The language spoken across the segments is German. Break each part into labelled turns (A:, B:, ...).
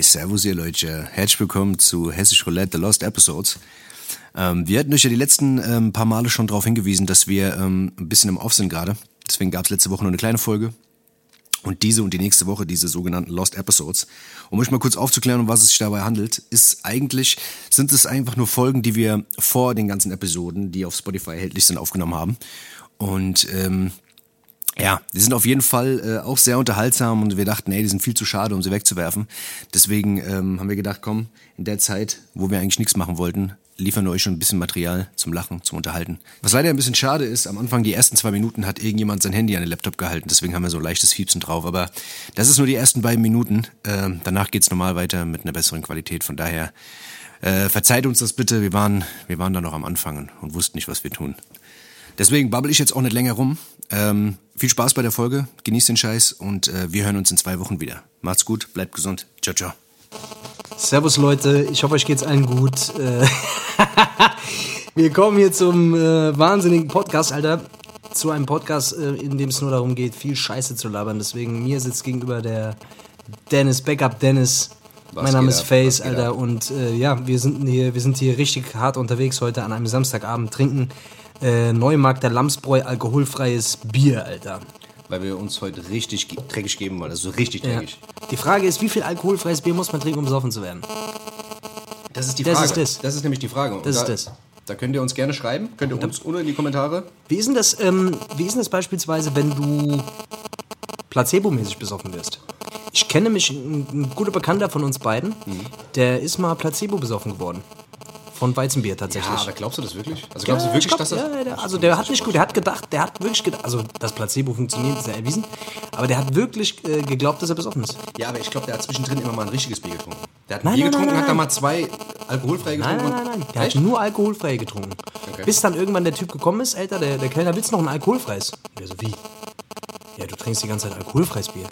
A: Servus ihr Leute, herzlich willkommen zu Hessisch Roulette, The Lost Episodes. Ähm, wir hatten euch ja die letzten ähm, paar Male schon darauf hingewiesen, dass wir ähm, ein bisschen im Off sind gerade. Deswegen gab es letzte Woche nur eine kleine Folge. Und diese und die nächste Woche, diese sogenannten Lost Episodes. Um euch mal kurz aufzuklären, um was es sich dabei handelt, ist eigentlich, sind es einfach nur Folgen, die wir vor den ganzen Episoden, die auf Spotify erhältlich sind, aufgenommen haben. Und ähm, ja, die sind auf jeden Fall äh, auch sehr unterhaltsam und wir dachten, ey, die sind viel zu schade, um sie wegzuwerfen. Deswegen ähm, haben wir gedacht, komm, in der Zeit, wo wir eigentlich nichts machen wollten, liefern wir euch schon ein bisschen Material zum Lachen, zum Unterhalten. Was leider ein bisschen schade ist, am Anfang die ersten zwei Minuten hat irgendjemand sein Handy an den Laptop gehalten, deswegen haben wir so leichtes Fiepsen drauf. Aber das ist nur die ersten beiden Minuten. Ähm, danach geht's normal weiter mit einer besseren Qualität. Von daher äh, verzeiht uns das bitte. Wir waren, wir waren da noch am Anfang und wussten nicht, was wir tun. Deswegen babbel ich jetzt auch nicht länger rum. Ähm, viel Spaß bei der Folge, genießt den Scheiß und äh, wir hören uns in zwei Wochen wieder. Macht's gut, bleibt gesund. Ciao, ciao.
B: Servus Leute, ich hoffe euch geht's allen gut. Äh, Wir kommen hier zum äh, wahnsinnigen Podcast, Alter. Zu einem Podcast, äh, in dem es nur darum geht, viel Scheiße zu labern. Deswegen mir sitzt gegenüber der Dennis, Backup Dennis. mein Name
A: geht
B: ist
A: ab?
B: Face,
A: Was geht
B: Alter. Und äh, ja, wir sind hier, wir sind hier richtig hart unterwegs heute an einem Samstagabend. Trinken äh, Neumarkter Lamsbräu alkoholfreies Bier, Alter.
A: Weil wir uns heute richtig ge- dreckig geben wollen, also so richtig
B: Ja.
A: dreckig.
B: Die Frage ist, wie viel alkoholfreies Bier muss man trinken, um besoffen zu werden?
A: Das ist die
B: Das
A: Frage.
B: ist das.
A: das ist nämlich die Frage. Und
B: Das
A: da,
B: ist das.
A: Da könnt ihr uns gerne schreiben, könnt ihr uns oder in die Kommentare.
B: Wie ist denn das, ähm, wie ist denn das beispielsweise, wenn du placebomäßig besoffen wirst? Ich kenne mich, ein, ein guter Bekannter von uns beiden,
A: Mhm.
B: der ist mal placebo besoffen geworden. Von Weizenbier tatsächlich.
A: aber glaubst du das wirklich? Also glaubst du wirklich,
B: Ich glaub,
A: dass das...
B: ja, der, also der hat nicht gut, der hat gedacht, der hat wirklich gedacht, also das Placebo funktioniert, ist ja erwiesen, aber der hat wirklich äh, geglaubt, dass er besoffen ist.
A: Ja, aber ich glaube, der hat zwischendrin immer mal ein richtiges Bier getrunken. Der hat ein
B: Nein,
A: Bier
B: nein,
A: getrunken,
B: nein,
A: hat da
B: nein.
A: mal zwei alkoholfrei
B: Nein,
A: getrunken.
B: nein, nein, nein.
A: und-
B: Der
A: Echt?
B: hat nur alkoholfrei getrunken.
A: Okay.
B: Bis dann irgendwann der Typ gekommen ist, Alter, der, der Kellner willst noch ein alkoholfreies. Und Der so, wie? Ja, du trinkst die ganze Zeit alkoholfreies Bier.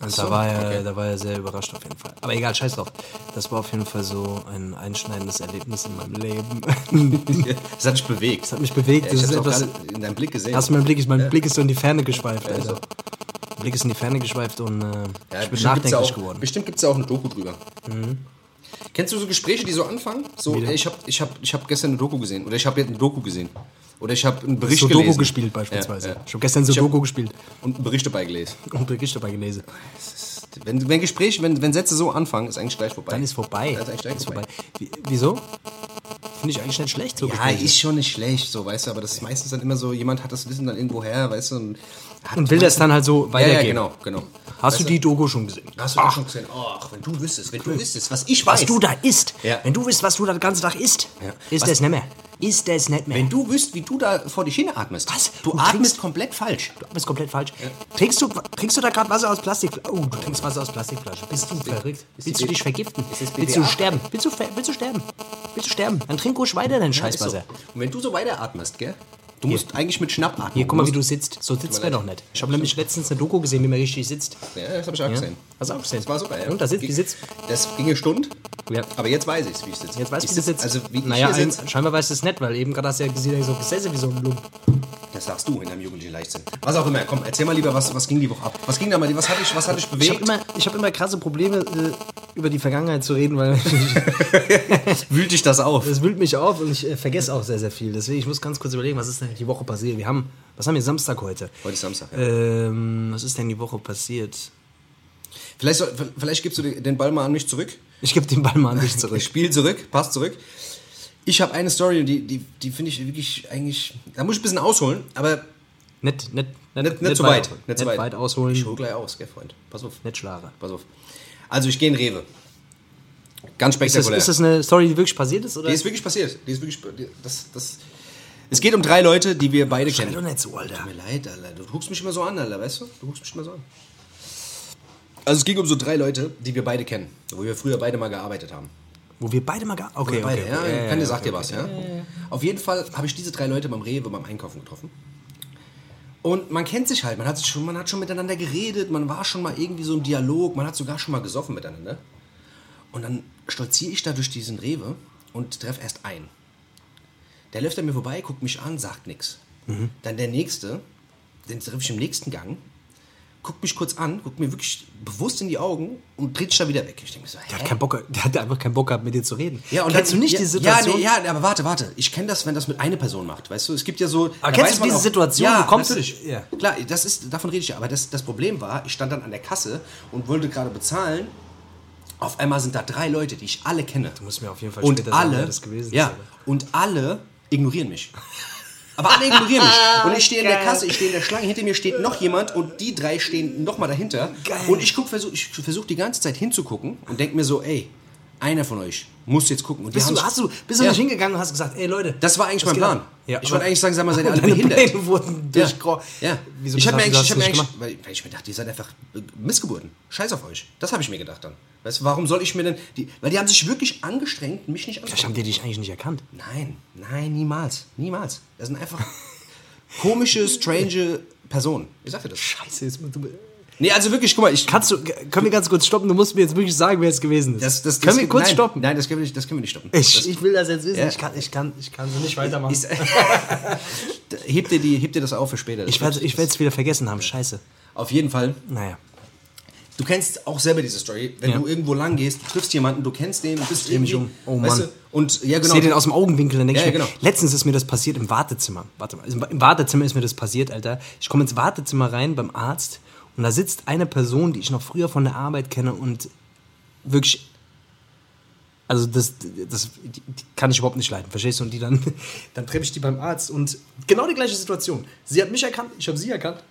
B: Also da, war er,
A: okay.
B: da war er sehr überrascht auf jeden Fall. Aber egal, scheiß drauf. Das war auf jeden Fall so ein einschneidendes Erlebnis in meinem Leben.
A: Das hat dich bewegt.
B: Das hat mich bewegt.
A: Ja,
B: das
A: ich
B: ist
A: hab's auch
B: etwas.
A: gerade in deinem Blick gesehen.
B: Hast du meinen Blick? Ich, mein
A: Ja.
B: Blick ist so in die Ferne geschweift, Alter.
A: so.
B: Mein Blick ist in die Ferne geschweift und äh,
A: Ja,
B: ich bin
A: bestimmt gibt's ja
B: nachdenklich
A: auch,
B: geworden.
A: Bestimmt gibt es ja auch eine Doku drüber. Kennst du so Gespräche, die so anfangen? So, ey, ich habe ich hab, ich hab gestern eine Doku gesehen oder ich habe jetzt eine Doku gesehen oder ich habe einen Bericht
B: Sudoku
A: gelesen.
B: gespielt beispielsweise.
A: Ja, ja.
B: Ich habe gestern
A: Ich hab-
B: Sudoku gespielt
A: Und einen Bericht dabei gelesen.
B: und Bericht dabei gelesen.
A: Wenn, wenn Gespräche, wenn, wenn Sätze so anfangen, ist eigentlich gleich vorbei.
B: Dann ist vorbei.
A: Dann ist eigentlich direkt
B: Ist
A: vorbei.
B: Wie, wieso? Finde ich eigentlich nicht schlecht. So
A: Ja,
B: Gespräche.
A: ist schon nicht schlecht, so, weißt du, aber das ist meistens dann immer so, jemand hat das Wissen dann irgendwo her, weißt du, und hat
B: Und will das dann halt so
A: ja, ja,
B: weitergeben.
A: genau, genau.
B: Hast du die Doku schon gesehen?
A: Hast du das schon gesehen? Ach, wenn du wüsstest, wenn du wüsstest, was ich
B: Was
A: weiß.
B: du da isst,
A: Ja.
B: wenn du wisst, was du da den ganzen Tag isst,
A: Ja.
B: ist
A: Was-
B: das nicht mehr. Ist das nicht mehr.
A: Wenn du wüsst, wie du da vor dich hin atmest.
B: Was?
A: Du,
B: Du
A: atmest
B: trinkst-
A: komplett falsch.
B: Du bist komplett falsch. Trinkst, du, trinkst du da gerade Wasser aus Plastik? Oh, du trinkst Wasser aus Plastikflasche. Bist du verrückt? Willst du dich vergiften?
A: das
B: Willst du
A: BPA?
B: sterben? Willst du, ver- willst du sterben? Willst du sterben? Dann trink ruhig weiter dein
A: Ist so.
B: Scheißwasser.
A: Und wenn du so weiter atmest, gell? Du musst eigentlich mit Schnapp atmen.
B: Hier, guck mal, wie
A: musst-
B: du sitzt. So sitzt
A: mir leid.
B: man doch nicht. Ich habe nämlich letztens eine Doku gesehen, wie man richtig sitzt.
A: Ja, das hab ich auch gesehen.
B: Hast du auch gesehen?
A: Das war super, ja.
B: Und da sitzt, wie
A: Ging-
B: sitzt.
A: Das ging eine Stunde.
B: Ja.
A: Aber jetzt weiß ich wie ich sitze.
B: Jetzt weißt du,
A: ich
B: wie du sitzt.
A: Also, wie
B: naja,
A: ich hier sitze,
B: ein- scheinbar weißt du es nicht, weil eben gerade hast du ja gesehen, dass ich so gesessen wie so ein Lump.
A: das sagst du in deinem jugendlichen Leichtsinn. Was auch immer. Komm, erzähl mal lieber, was, was ging die Woche ab? Was ging da mal? Was hatte ich, was hatte ich
B: Ich habe
A: bewegt?
B: immer, ich hab immer krasse Probleme, äh, über die Vergangenheit zu reden, weil
A: Wühlt dich das auf?
B: das wühlt mich auf und ich äh, vergesse auch sehr, sehr viel. Deswegen, ich muss ganz kurz überlegen, was ist denn die Woche passiert? Wir haben, was haben wir Samstag heute?
A: Heute ist Samstag. Ja.
B: Ähm, was ist denn die Woche passiert?
A: Vielleicht, soll, vielleicht gibst du den Ball mal an mich zurück.
B: Ich gebe den Ball mal an dich zurück.
A: Ich spiel zurück, passt zurück. Ich habe eine Story, die, die, die finde ich wirklich eigentlich. Da muss ich ein bisschen ausholen, aber
B: Nicht, nicht,
A: nicht, nicht zu weit.
B: Nicht zu weit. ausholen.
A: Ich hol gleich aus, gell, Freund. Pass auf.
B: Nicht schlagen.
A: Pass auf. Also, ich gehe in Rewe. Ganz
B: Ist das,
A: spektakulär.
B: ist das eine Story, die wirklich passiert ist? Oder?
A: die ist wirklich passiert. Die ist wirklich. Die, das, das. Es geht um drei Leute, die wir beide
B: Sei doch
A: kennen.
B: nicht so, Alter.
A: Tut mir leid, Alter. Du guckst mich immer so an, Alter, weißt du? Du guckst mich immer so an. Also, es ging um so drei Leute, die wir beide kennen, wo wir früher beide mal gearbeitet haben.
B: Wo wir beide mal... gar- Okay, okay,
A: Beide,
B: okay.
A: ja. Kann dir sagt dir was, ja. Auf jeden Fall habe ich diese drei Leute beim Rewe beim Einkaufen getroffen. Und man kennt sich halt, man hat, sich schon, man hat schon miteinander geredet, man war schon mal irgendwie so im Dialog, man hat sogar schon mal gesoffen miteinander. Und dann stolziere ich da durch diesen Rewe und treffe erst einen. Der läuft an mir vorbei, Mhm. guckt mich an, sagt nichts. Dann der nächste, den treffe ich im nächsten Gang, guckt mich kurz an, guckt mir wirklich bewusst in die Augen und dreht sich da wieder weg. Ich denke so,
B: Der
A: hä?
B: hat, keinen Bock, der hat einfach keinen Bock gehabt, mit dir zu reden.
A: Ja, und
B: Kennst
A: dann,
B: du nicht
A: ja,
B: diese Situation?
A: Ja, nee, ja, aber warte, warte. Ich kenne das, wenn das mit einer Person macht. Weißt du, es gibt ja so. da
B: kennst
A: weiß
B: du
A: man
B: diese Situation?
A: Ja,
B: Du kommst-
A: natürlich.
B: ja.
A: Klar, das ist, davon rede ich ja. Aber das, das Problem war, ich stand dann an der Kasse und wollte gerade bezahlen. Auf einmal sind da drei Leute, die ich alle kenne. Du
B: musst mir auf jeden Fall
A: und
B: später sagen,
A: alle,
B: wer das gewesen ist,
A: ja,
B: aber-
A: Und alle ignorieren mich. Aber alle ignorieren
B: Ah,
A: mich. Und ich stehe in der Kasse, ich stehe in der Schlange, hinter mir steht noch jemand und die drei stehen nochmal dahinter.
B: Geil.
A: Und ich guck, versuche ich versuch die ganze Zeit hinzugucken und denke mir so, ey, einer von euch muss jetzt gucken. Und die
B: Bist
A: haben
B: du,
A: mich-
B: hast du, bist du
A: Ja.
B: nicht hingegangen und hast gesagt, ey Leute.
A: Das war eigentlich mein
B: geht
A: Plan.
B: ab? Ja,
A: ich
B: aber-
A: wollte eigentlich sagen, sag mal, seid ihr alle
B: Deine
A: behindert.
B: Pläne wurden
A: Ja.
B: durchgro-
A: ja.
B: Wieso
A: ich habe mir
B: hast du
A: eigentlich,
B: das
A: ich hab mir
B: nicht
A: eigentlich
B: gemacht?
A: weil, weil ich mir dachte, ihr seid einfach äh, Missgeburten. Scheiß auf euch. Das habe ich mir gedacht dann. Weißt du, warum soll ich mir denn. Die, weil die haben sich wirklich angestrengt, mich nicht
B: Vielleicht haben
A: anzuschauen.
B: die dich eigentlich nicht erkannt.
A: Nein, nein, niemals. Niemals. Das sind einfach komische, strange Personen. Ich sagte das.
B: Scheiße, jetzt, du,
A: Nee, also wirklich, guck mal, ich.
B: kannst du, können wir ganz kurz stoppen? Du musst mir jetzt wirklich sagen, wer es gewesen ist.
A: Das, das,
B: können
A: das,
B: wir kurz
A: nein,
B: stoppen?
A: Nein, das können wir nicht, das können wir nicht stoppen.
B: Ich, ich will das jetzt wissen.
A: Ja.
B: Ich, kann, ich, kann, ich kann so nicht weitermachen.
A: Ich- heb, dir die, heb dir das auf für später. Das
B: Ich werde ich werde es wieder vergessen haben. Scheiße.
A: Auf jeden Fall.
B: Naja.
A: Du kennst auch selber diese Story. Wenn
B: Ja.
A: du irgendwo lang gehst, du triffst jemanden, du kennst den, du bist
B: dreh mich
A: irgendwie...
B: um. Oh,
A: weißt
B: Mann.
A: Du, und, ja,
B: Ich
A: genau.
B: sehe den aus dem Augenwinkel, dann denke
A: Ja,
B: ich mir,
A: ja, genau.
B: letztens ist mir das passiert im Wartezimmer. Warte mal, also im Wa- im Wartezimmer ist mir das passiert, Alter. Ich komme ins Wartezimmer rein beim Arzt und da sitzt eine Person, die ich noch früher von der Arbeit kenne und wirklich, also das, das die, die kann ich überhaupt nicht leiden, verstehst du? Und die dann, dann treffe ich die beim Arzt und genau die gleiche Situation. Sie hat mich erkannt, ich habe sie erkannt.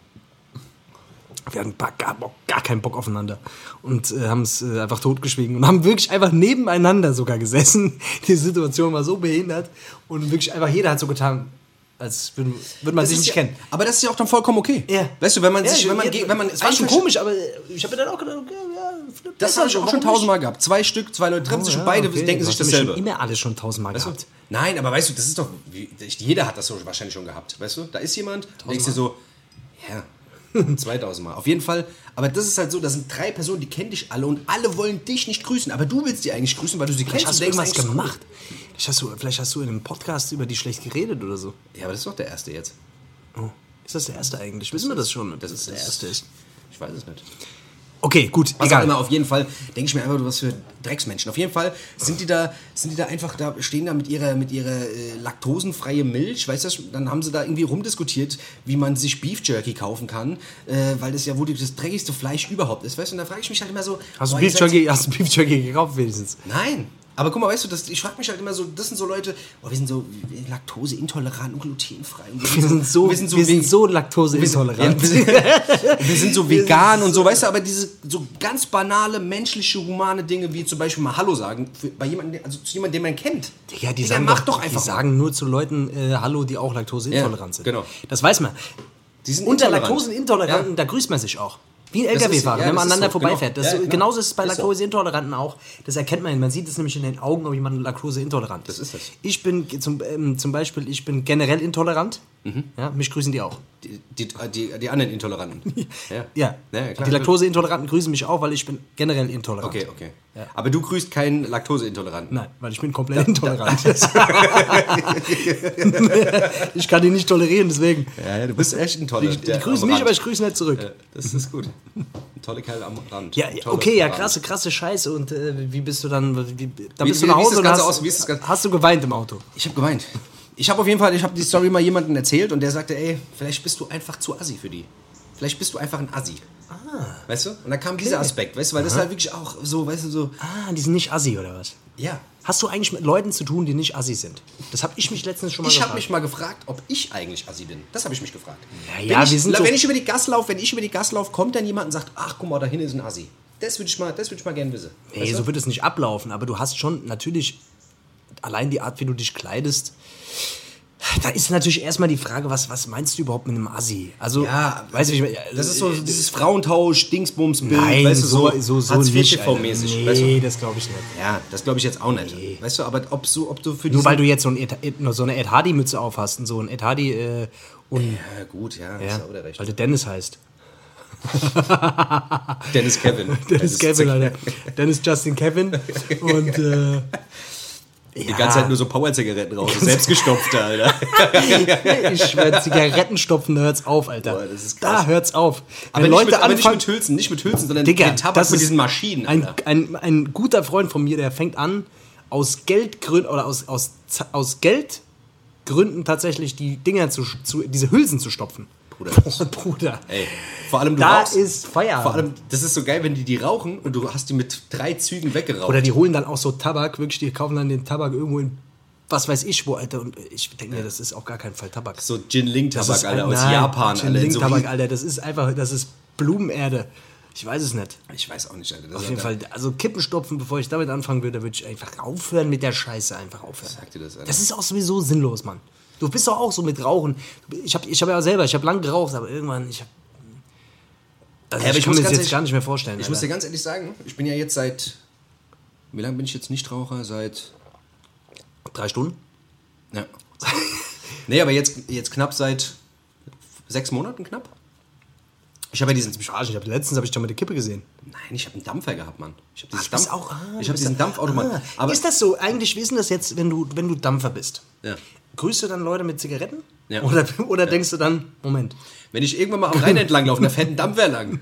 B: Wir hatten gar, gar, Bock- gar keinen Bock aufeinander und äh, haben es äh, einfach totgeschwiegen und haben wirklich einfach nebeneinander sogar gesessen. Die Situation war so behindert und wirklich einfach jeder hat so getan, als würde, würde man
A: Das
B: sich
A: ist
B: nicht
A: ja,
B: kennen.
A: Aber das ist ja auch dann vollkommen okay.
B: Ja.
A: Weißt du, wenn man
B: Ja,
A: sich... Wenn man,
B: ja,
A: ge- wenn man,
B: es war schon
A: komisch.
B: komisch, aber ich habe mir dann auch gedacht, okay, ja, also
A: Das habe ich auch schon tausendmal gehabt. Zwei Stück, zwei Leute
B: Oh,
A: treffen sich und beide denken sich dasselbe.
B: Immer alle schon tausendmal gehabt.
A: Nein, aber weißt du, das ist doch. wie- Jeder hat das so wahrscheinlich schon gehabt. Weißt du, da ist jemand, denkst dir so, ja, 2000 Mal. Auf jeden Fall. Aber das ist halt so, da sind drei Personen, die kennen dich alle und alle wollen dich nicht grüßen. Aber du willst die eigentlich grüßen, weil du sie
B: Vielleicht
A: kennst
B: hast
A: und
B: du
A: denkst,
B: irgendwas
A: eigentlich-
B: gemacht. Vielleicht hast, du, vielleicht hast du in einem Podcast über die schlecht geredet oder so.
A: Ja, aber das ist doch der erste jetzt.
B: Ist das der erste eigentlich? Wissen wir das schon? Oh. Das
A: ist- Ich weiß es nicht.
B: Okay, gut,
A: Was auch
B: egal.
A: immer, auf jeden Fall denke ich mir einfach, was für Drecksmenschen. Auf jeden Fall sind die da, sind die da einfach da, stehen da mit ihrer, mit ihrer äh, laktosenfreie Milch, weißt du, dann haben sie da irgendwie rumdiskutiert, wie man sich Beef Jerky kaufen kann, äh, weil das ja wohl das dreckigste Fleisch überhaupt ist, weißt du, und da frage ich mich halt immer so,
B: Hast du
A: boah, ihr
B: Beef
A: seid-
B: Jerky, hast du Beef Jerky gekauft wenigstens?
A: Nein. Aber guck mal, weißt du, das, ich frage mich halt immer so, das sind so Leute, boah, wir sind so laktoseintolerant und glutenfrei. Und wir
B: Wir sind so, wir sind so, wir
A: ve-
B: sind so
A: wir sind,
B: laktoseintolerant.
A: ja, wir, sind- wir sind so vegan und so, weißt du, aber diese so ganz banale, menschliche, humane Dinge, wie zum Beispiel mal Hallo sagen, für, bei jemandem, also zu jemandem, den man kennt.
B: Ja, die
A: Digga,
B: sagen,
A: mach doch
B: doch,
A: einfach
B: die
A: mal.
B: sagen nur zu Leuten äh, Hallo, die auch laktoseintolerant
A: Ja,
B: sind.
A: genau.
B: Das weiß man.
A: Die sind
B: Unter
A: intolerant.
B: Laktoseintoleranten,
A: Ja.
B: da grüßt man sich auch. Wie ein
A: Das ist-
B: LKW-Fahrer,
A: ja,
B: wenn
A: das
B: man
A: ist
B: aneinander
A: so,
B: vorbeifährt.
A: genau. Ja,
B: Das ist so,
A: genau.
B: Genauso ist es bei
A: Ist so.
B: Laktoseintoleranten auch. Das erkennt man. Man sieht es nämlich in den Augen, ob jemand laktoseintolerant ist.
A: Das ist es.
B: Ich bin ge- zum, ähm, zum Beispiel, ich bin generell intolerant.
A: Mhm.
B: Ja, mich grüßen die auch.
A: Die, die, die, die anderen Intoleranten. Ja,
B: Ja.
A: ja klar.
B: die Laktoseintoleranten grüßen mich auch, weil ich bin generell intolerant.
A: Okay, okay. Aber du grüßt keinen Laktoseintoleranten.
B: Nein, weil ich bin komplett intolerant. ich kann die nicht tolerieren, deswegen.
A: Ja, ja, du bist echt ein toller.
B: Die, die grüßen mich, aber ich grüße nicht zurück.
A: Das ist gut. Ein toller Kerl am Rand.
B: Ja,
A: Ein toller
B: okay, ja,
A: Rand.
B: krasse, krasse Scheiße. Und äh, wie bist du dann? Wie, da
A: Wie-
B: bist
A: wie-
B: du nach
A: wie ist das
B: Hause und
A: Ganze
B: hast,
A: aus? Wie ist das Ganze-
B: hast du geweint im Auto.
A: Ich habe geweint. Ich habe auf jeden Fall, ich habe die Story mal jemandem erzählt und der sagte, ey, vielleicht bist du einfach zu assi für die. Vielleicht bist du einfach ein Assi.
B: Ah.
A: Weißt du? Und da kam dieser Aspekt, weißt du, weil das ist halt wirklich auch so, weißt du, so,
B: Ah, die sind nicht assi oder was?
A: ja.
B: Hast du eigentlich mit Leuten zu tun, die nicht assi sind? Das habe ich mich letztens schon mal
A: Ich habe
B: gefragt.
A: mich mal gefragt, ob ich eigentlich Assi bin. Das habe ich mich gefragt.
B: Naja,
A: wenn ich,
B: wir sind so-
A: wenn ich über die Gas laufe, wenn ich über die Gas laufe, kommt dann jemand und sagt, ach guck mal, da hinten ist ein Assi. Das würde ich mal, das würde ich mal gerne wissen.
B: Nee, so wird es nicht ablaufen, aber du hast schon natürlich allein die Art, wie du dich kleidest. Da ist natürlich erstmal die Frage, was, was meinst du überhaupt mit einem Assi? Also,
A: Ja,
B: weißt du, wie ich meine?
A: Das ist so dieses Frauentausch, Dingsbums-Bild,
B: Äh, Nein,
A: weißt du,
B: so, so, so
A: Hartz IV
B: nicht.
A: TV -mäßig,
B: Alter.
A: weißt du?
B: Nee, das glaube ich nicht.
A: Ja, das glaube ich jetzt auch nicht. Weißt du, aber ob, so, ob du für
B: Nur
A: diesen-
B: weil du jetzt so, ein Ed, Ed, so eine Ed Hardy-Mütze auf hast und so ein Ed Hardy äh, und
A: Ja, Ah, gut, ja,
B: ja, Also
A: hast du auch wieder recht.
B: weil du Dennis heißt.
A: Ah, Dennis Kevin.
B: Dennis Kevin, Alter. Dennis Justin Kevin. Und äh,
A: Die ganze Zeit nur so Power-Zigaretten raus. Selbstgestopfte, Alter.
B: ich schwör, Zigarettenstopfen, da hört's auf, Alter.
A: Boah, das ist krass.
B: da hört's auf.
A: Aber,
B: Wenn
A: nicht,
B: Leute
A: mit, aber nicht
B: anfangen,
A: mit Hülsen, nicht mit Hülsen, sondern
B: Digga,
A: den Tabak
B: das
A: mit
B: ist
A: diesen Maschinen.
B: ein,
A: Alter.
B: ein, ein guter Freund von mir, der fängt an, aus Geldgründen oder aus, aus, Z- aus Geldgründen tatsächlich die Dinger zu, zu diese Hülsen zu stopfen.
A: Bruder.
B: Boah, Bruder.
A: Ey, vor allem du
B: Da
A: rauchst-
B: ist Feierabend.
A: Vor allem, das ist so geil, wenn die die rauchen und du hast die mit drei Zügen weggeraucht.
B: Oder die holen dann auch so Tabak, wirklich, die kaufen dann den Tabak irgendwo in was weiß ich wo, Alter. Und ich denke mir, das ist auf gar keinen Fall Tabak.
A: so Gin-Ling-Tabak, Alter, aus
B: nein,
A: Japan,
B: Gin
A: Alter. in
B: Ling
A: so
B: Tabak,
A: riesen-
B: Alter. Das ist einfach, das ist Blumenerde. Ich weiß es nicht.
A: Ich weiß auch nicht, Alter. Das
B: Auf jeden Fall, also Kippen stopfen, bevor ich damit anfangen würde, würde ich einfach aufhören mit der Scheiße, einfach aufhören.
A: Sag dir das, Alter.
B: Das ist auch sowieso sinnlos, Mann. Du bist doch auch so mit Rauchen. Ich habe ich hab ja selber, ich habe lang geraucht, aber irgendwann, ich habe. Also
A: Ja, aber
B: ich,
A: ich
B: kann
A: muss
B: mir das
A: ganz
B: jetzt
A: ehrlich-
B: gar nicht mehr vorstellen.
A: Ich muss dir ganz ehrlich sagen, ich bin ja jetzt seit. Wie lange bin ich jetzt Nichtraucher? Seit.
B: drei Stunden?
A: Ja. nee, aber jetzt, jetzt knapp seit sechs Monaten knapp. Ich habe ja diesen.
B: Ich hab, letztens habe ich schon mit der Kippe gesehen.
A: Nein, ich habe einen Dampfer gehabt, Mann. Ich habe
B: Ach,
A: diesen
B: du bist
A: Dampf-
B: auch- ah, du
A: Ich habe
B: bist
A: diesen Dampfautomaten.
B: Ah,
A: aber
B: ist das so? Eigentlich, wie ist denn das jetzt, wenn du, wenn du Dampfer bist?
A: Ja.
B: Grüßt du dann Leute mit Zigaretten?
A: Ja.
B: Oder, oder denkst du dann, Moment,
A: wenn ich irgendwann mal am Rhein entlang laufe, da fährt ein Dampfer lang.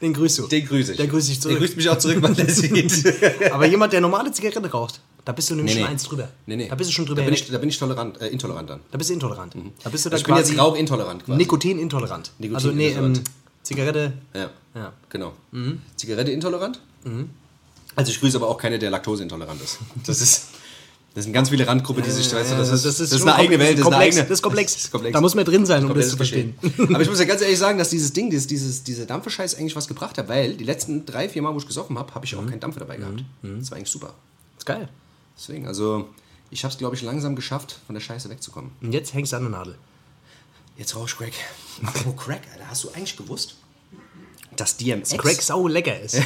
B: den grüßt du.
A: Den grüße ich.
B: Der grüßt dich zurück.
A: Der grüßt mich auch zurück, weil der sieht.
B: Aber jemand, der normale Zigarette raucht, da bist du nämlich
A: Nee,
B: schon
A: nee.
B: eins drüber.
A: Nee, nee.
B: Da bist du schon drüber.
A: Da bin
B: hinweg.
A: ich, da bin ich tolerant, äh, intolerant dann. Also
B: da bist du intolerant. Da bist du dann
A: Ich bin
B: quasi
A: jetzt rauchintolerant quasi.
B: Nikotinintolerant. also nee, ähm,
A: Nikotinintolerant.
B: Zigarette.
A: Ja.
B: Ja. Mhm.
A: Genau. Zigarette intolerant? Also ich grüße aber auch keine, der laktoseintolerant ist. Das ist. Das sind ganz viele Randgruppe, die sich, weißt du, das
B: Äh,
A: ist, das ist,
B: schon
A: eine eigene
B: komplex-
A: Welt, das ist eine
B: komplex.
A: eigene.
B: Das ist komplex.
A: Das ist komplex.
B: Da muss man drin sein, um
A: Komplexes
B: das zu verstehen.
A: Verstehen. Aber ich muss ja ganz ehrlich sagen, dass dieses Ding, dieses, dieses, dieser Dampferscheiß eigentlich was gebracht hat, weil die letzten drei, vier Mal, wo ich gesoffen habe, habe ich auch
B: Mhm.
A: keinen Dampfer dabei gehabt. Das war eigentlich super.
B: Ist geil.
A: Deswegen, also ich habe es, glaube ich, langsam geschafft, von der Scheiße wegzukommen.
B: Und jetzt hängst du an der Nadel.
A: Jetzt rauche ich Crack. Apropos Crack, Alter, hast du eigentlich gewusst, dass DMX...
B: Crack sau lecker ist.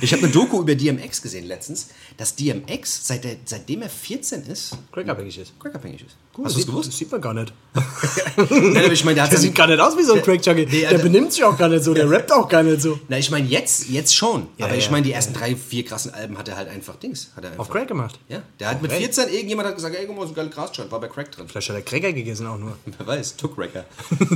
A: Ich habe eine Doku über DMX gesehen letztens, dass DMX, seit der, seitdem er 14 ist,
B: Crackabhängig ist.
A: crackabhängig ist.
B: Gut,
A: hast du
B: das
A: es
B: sieht-
A: gewusst?
B: Das sieht man gar nicht.
A: Nein, aber ich meine, der also- hat
B: Der sieht
A: seine,
B: gar nicht aus wie so ein Crack-Junkie. Der,
A: Alter.
B: benimmt sich auch gar nicht so, der rappt auch gar nicht so.
A: na, ich meine jetzt, jetzt schon. aber ich
B: ja,
A: meine, die ersten drei, vier krassen Alben hat er halt einfach Dings. Hat er einfach.
B: Auf Crack gemacht.
A: Ja, der hat mit
B: Crack.
A: 14, irgendjemand hat gesagt, ey, guck mal, so ein geiles Grasschalt, war bei Crack drin.
B: Vielleicht hat er Cracker gegessen auch nur.
A: Wer weiß, Tuckracker.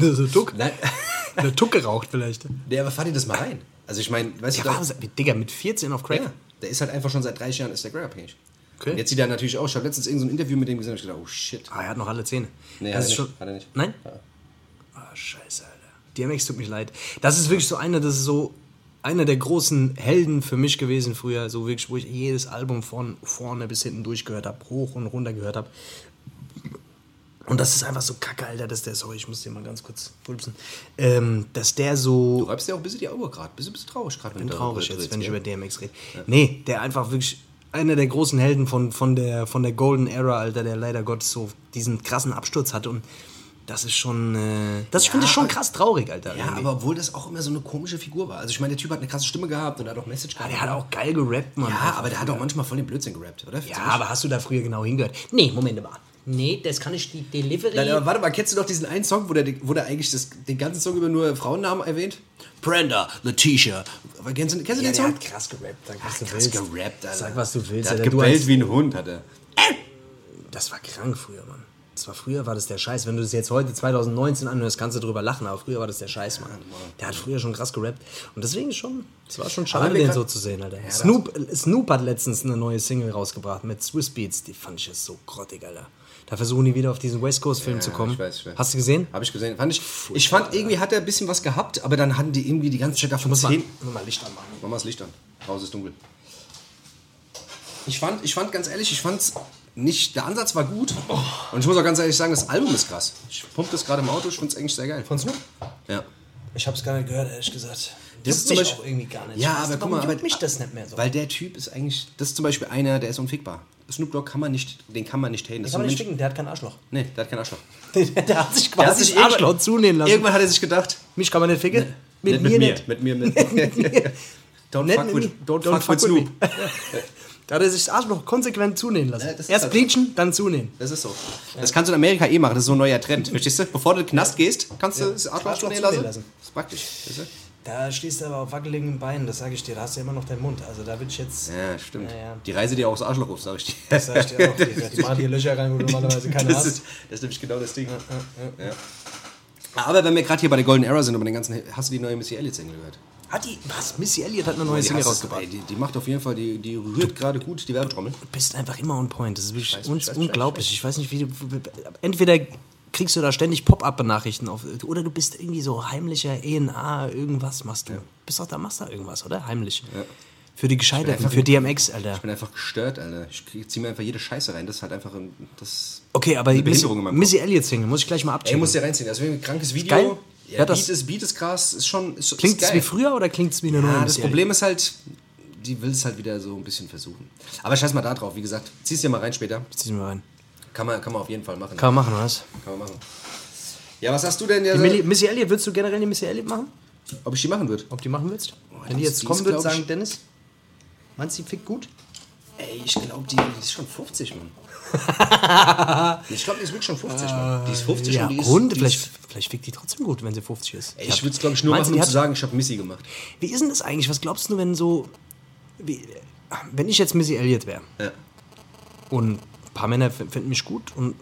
B: so Tuck.
A: Nein,
B: Der Tuck geraucht vielleicht.
A: nee, aber fahr dir das mal rein. Also ich meine, weißt
B: Ja,
A: du, da,
B: was, Digga, mit 14 auf Crack?
A: ja, der ist halt einfach schon seit 30 Jahren ist der Crackabhängig.
B: Okay.
A: Und Jetzt sieht er natürlich auch, ich habe letztens irgendein so ein Interview mit dem gesehen, hab ich gedacht, oh shit.
B: Ah, er hat noch alle Zähne.
A: Nee, hat
B: das
A: er
B: ist
A: nicht.
B: schon.
A: Hat er nicht.
B: Nein? Ah, scheiße, Alter. DMX tut mich leid. Das ist wirklich so einer, das ist so einer der großen Helden für mich gewesen früher. So wirklich, wo ich jedes Album von vorne bis hinten durchgehört habe, hoch und runter gehört habe. Und das ist einfach so kacke, Alter, dass der, sorry, ich muss den mal ganz kurz pulpsen, ähm, dass der so
A: Du reibst dir auch ein bisschen die Augen gerade, bist du ein bisschen traurig gerade. wenn
B: bin
A: du
B: traurig
A: darüber redest,
B: jetzt, wenn ich
A: gell?
B: über DMX rede. Nee, der einfach wirklich einer der großen Helden von, von, der, von der Golden Era, Alter, der leider Gottes so diesen krassen Absturz hatte. Und das ist schon. Äh, das finde ich schon krass traurig, Alter.
A: Ja, aber obwohl das auch immer so eine komische Figur war. Also ich meine, der Typ hat eine krasse Stimme gehabt und hat auch Message gehabt.
B: der hat auch geil gerappt, Mann.
A: ja,
B: Einfach.
A: aber Ah, der hat auch manchmal voll den Blödsinn gerappt, oder?
B: ja, aber hast du da früher genau hingehört? Nee, Moment mal. Nee, das kann ich die Delivery.
A: Nein, aber warte mal, kennst du noch diesen einen Song, wo der, wo der eigentlich das, den ganzen Song über nur Frauennamen erwähnt? Brenda, Letitia. Aber Kennst du, kennst du
B: ja,
A: den
B: der
A: Song?
B: hat krass gerappt. Sag,
A: Ach,
B: was du
A: krass
B: willst.
A: gerappt, Alter.
B: Sag, was du willst,
A: Der hat
B: Alter. Du
A: gebellt
B: als-
A: wie ein Hund, hat er.
B: Das war krank früher, Mann. Das war früher war das der Scheiß. Wenn du das jetzt heute 2019 anhörst, kannst du drüber lachen, aber früher war das der Scheiß, Mann. Der hat früher schon krass gerappt. Und deswegen schon, es war schon schade,
A: Aber wir
B: den
A: können-
B: so zu sehen, Alter. Snoop, Snoop hat letztens eine neue Single rausgebracht mit Swiss Beats. Die fand ich jetzt so grottig, Alter. Da versuchen die wieder auf diesen West Coast-Film zu kommen.
A: ich weiß, ich weiß.
B: Hast du gesehen?
A: Habe ich gesehen. Fand ich, ich fand, irgendwie hat er ein bisschen was gehabt, aber dann hatten die irgendwie die ganze Zeit davon
B: Muss man
A: zehn.
B: nur mal Licht anmachen.
A: Mach mal das Licht an. Raus ist dunkel. Ich fand, ich fand ganz ehrlich, ich fand's nicht. Der Ansatz war gut.
B: Oh.
A: Und ich muss auch ganz ehrlich sagen, das Album ist krass. Ich pump das gerade im Auto, ich find's eigentlich sehr geil.
B: Von Snoop?
A: Ja.
B: Ich hab's gar nicht gehört, ehrlich gesagt.
A: Das ist zum
B: Juckt mich
A: Beispiel-
B: auch irgendwie gar nicht.
A: Ja,
B: Ich weiß
A: aber
B: nicht,
A: guck
B: warum
A: mal, aber-
B: juckt mich das nicht mehr so.
A: Weil der Typ ist eigentlich. Das ist zum Beispiel einer, der ist unfickbar. Snoop Dogg kann man nicht, den kann man nicht haten. Das ist
B: kann
A: ein
B: man nicht
A: Mensch,
B: ficken, der hat kein Arschloch.
A: nee, der hat keinen Arschloch.
B: der hat sich eh
A: Der hat
B: quasi
A: sich
B: das Arschloch
A: irgendwann-
B: zunehmen lassen.
A: Irgendwann hat er sich gedacht.
B: Mich kann man nicht ficken?
A: nicht mit mir, mit mir. Mit mir. don't,
B: Nicht
A: fuck
B: mit
A: with,
B: mir.
A: don't,
B: Don't
A: fuck with
B: fuck with
A: Snoop.
B: Da hat er sich das Arschloch konsequent zunähen lassen.
A: Ja, das ist
B: Erst
A: halt so.
B: bleachen, dann zunähen.
A: Das ist so. Das kannst du in Amerika eh machen, das ist so ein neuer Trend. Verstehst du? Bevor du in den Knast gehst, kannst du das Arschloch
B: Arschloch
A: stehen
B: zunähen
A: lassen.
B: lassen.
A: Das ist praktisch. Weißt du?
B: Da stehst du aber auf wackeligen Beinen, das sage ich dir. Da hast du immer noch deinen Mund. Also da will ich jetzt.
A: Ja, stimmt.
B: Ja, ja.
A: Die Reise dir auch das Arschloch auf, sag ich dir.
B: Das sag ich dir auch. Die, die machen hier Löcher rein, wo du normalerweise keine
A: das,
B: hast.
A: ist, das ist nämlich genau das Ding. Ja. Aber wenn wir gerade hier bei der Golden Era sind und bei den ganzen, hast du die neue Missy Elliott Single gehört?
B: Hat die. Was? Missy Elliott hat eine neue
A: Die,
B: Single
A: hast du-
B: rausgebracht.
A: ey, die, die macht auf jeden Fall, die, die rührt gerade gut die Werbetrommel.
B: Du bist einfach immer on point. Das ist wirklich
A: weiß,
B: uns
A: ich weiß,
B: unglaublich. Ich weiß nicht, wie du. Entweder kriegst du da ständig Pop-up-Benachrichten auf. Oder du bist irgendwie so heimlicher ENA, irgendwas machst du. Bist doch da, machst da irgendwas, oder? Heimlich. Für die Gescheiterten, für DMX, Alter.
A: Ich bin einfach gestört, Alter. Ich krieg- zieh mir einfach jede Scheiße rein. Das ist halt einfach ein. Das
B: Okay, aber Missy,
A: Behinderung in meinem
B: Missy Elliott Single, muss ich gleich mal
A: Ey,
B: abchecken.
A: muss dir reinziehen. Das ist wirklich ein krankes Video.
B: Geil.
A: Ja,
B: Ja, das-
A: Beat, ist, Beat ist krass. Ist schon. Ist,
B: Klingt
A: ist
B: es
A: geil.
B: wie früher oder klingt es wie eine neue
A: Ja, Ah, das
B: Missy
A: Problem ist halt, die will es halt wieder so ein bisschen versuchen. Aber scheiß mal da drauf. Wie gesagt, zieh's dir mal rein später.
B: Elliott? Zieh mal rein.
A: Kann man, kann man auf jeden Fall machen.
B: Kann man machen, was?
A: Kann man machen. Ja, was hast du denn?
B: Die
A: Also,
B: Milli- Missy Elliott, würdest du generell die Missy Elliott machen?
A: ob ich die machen würde?
B: Ob die machen willst? Wenn die
A: die ist-
B: jetzt
A: die
B: kommen
A: ist,
B: wird,
A: glaub ich-
B: sagen Dennis, meinst du, die fickt gut?
A: Ey, ich glaube, die, die ist schon 50, Mann. ich glaube, die ist wirklich schon 50, Mann. Die ist 50
B: Ja,
A: und die ist.
B: und
A: die
B: vielleicht,
A: Ist,
B: vielleicht fickt die trotzdem gut, wenn sie 50 ist.
A: ey,
B: hab-
A: ich würde es, glaube ich, nur
B: Meinst
A: machen,
B: du, die
A: um
B: hat-
A: zu sagen, ich habe Missy gemacht.
B: Wie ist denn das eigentlich? Was glaubst du, wenn so. Wie, wenn ich jetzt Missy Elliott wäre
A: Ja.
B: und ein paar Männer f- finden mich gut und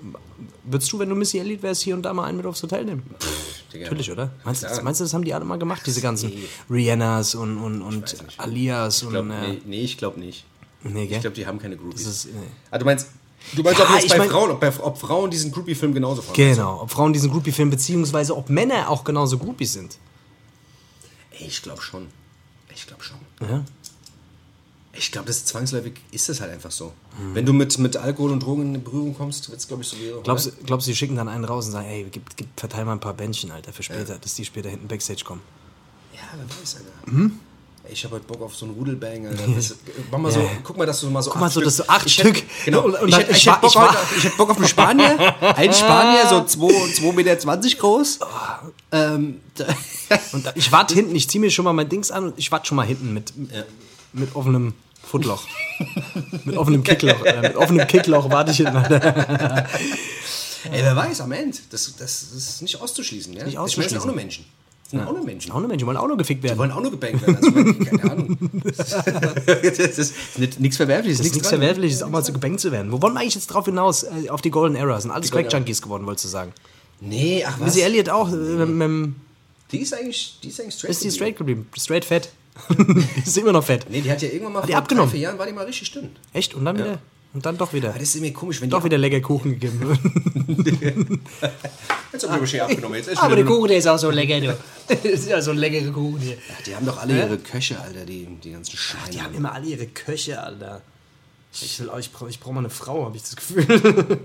B: würdest du, wenn du Missy Elliott wärst, hier und da mal einen mit aufs Hotel nehmen?
A: Digga.
B: Natürlich, oder? Meinst, du,
A: klar.
B: meinst du, das haben die alle mal gemacht, diese ganzen Rihannas und, und, und
A: nicht.
B: Alias
A: Ich glaub,
B: und.
A: nee,
B: äh,
A: nee, ich glaube nicht.
B: Nee, gell?
A: Ich glaube, die haben keine Groupies.
B: Das ist, äh, nee.
A: ah, du meinst, du meinst ob
B: Ja,
A: jetzt
B: ich
A: bei
B: mein-
A: Frauen, ob, bei, ob Frauen diesen Groupie-Film genauso fahren?
B: Genau, ob Frauen diesen Groupie finden, beziehungsweise ob Männer auch genauso Groupies sind.
A: Ey, ich glaube schon. Ich glaube schon.
B: Ja?
A: Ich glaube, das ist zwangsläufig ist das halt einfach so.
B: Mhm.
A: Wenn du mit, mit Alkohol und Drogen in Berührung kommst, wird es, glaube ich, so wie. ne?
B: Glaubst, du- glaubst du, die schicken dann einen raus und sagen, ey, gib, gib, verteil mal ein paar Bändchen, Alter, für später, dass die später hinten Backstage kommen.
A: Ja, wer weiß, Alter.
B: Mhm.
A: Ey, Ich habe heute Bock auf so einen Rudelbang, Alter. Das, mach mal so,
B: Ja.
A: guck mal, dass du mal so
B: Guck mal, so, dass du acht
A: ich
B: Stück-
A: Hätte, genau.
B: und- und
A: ich,
B: dann-
A: hätte, ich,
B: ich
A: hätte
B: war-
A: Bock
B: ich war-
A: heute, auf- ich hätte Bock auf einen Spanier. Ein Spanier, so 2,20 Meter zwanzig
B: Oh.
A: groß. Ähm, da-
B: Und da, ich warte hinten, ich ziehe mir schon mal mein Dings an und ich warte schon mal hinten mit, mit offenem Footloch. mit offenem Kickloch. Äh, mit offenem Kickloch warte ich hinten. Alter.
A: Ey, wer weiß, am Ende. Das, das ist nicht auszuschließen. Ja? Nicht Ich meine, das
B: auszuschließen.
A: sind auch nur Menschen. Das sind auch nur Menschen.
B: Auch nur Menschen, die wollen auch nur gefickt werden.
A: Die wollen auch nur gebankt werden. Also, keine Ahnung. das ist nichts Verwerfliches.
B: Das ist nichts ne?
A: dran.
B: Verwerfliches, auch mal zu gebankt zu werden. Wo wollen wir eigentlich jetzt drauf hinaus? Äh, Auf die Golden Era. Sind alles Crack-Junkies geworden, wolltest du sagen.
A: Nee, ach was.
B: Missy Elliott auch. Äh, mit, mit,
A: Die ist eigentlich, die ist eigentlich straight.
B: ist die
A: geblieben.
B: straight geblieben? Straight fett. ist immer noch fett.
A: Nee, die hat ja irgendwann mal
B: die
A: vor
B: abgenommen?
A: drei, vier Jahren war die mal richtig dünn.
B: Echt? Und dann wieder? Und dann doch wieder.
A: Aber das ist mir komisch, wenn
B: Doch
A: die...
B: wieder lecker Kuchen gegeben wird.
A: Jetzt haben wir Rocher abgenommen. Jetzt ist
B: Aber
A: wieder
B: der Kuchen, der ist auch so lecker, du. Das ist ja so ein leckerer Kuchen hier.
A: nur- Die haben doch alle ihre Köche, Alter, die, die ganzen Schweine.
B: Die haben immer alle ihre Köche, Alter. Ich, will, auch- ich brauche ich brauch mal eine Frau, habe ich das Gefühl.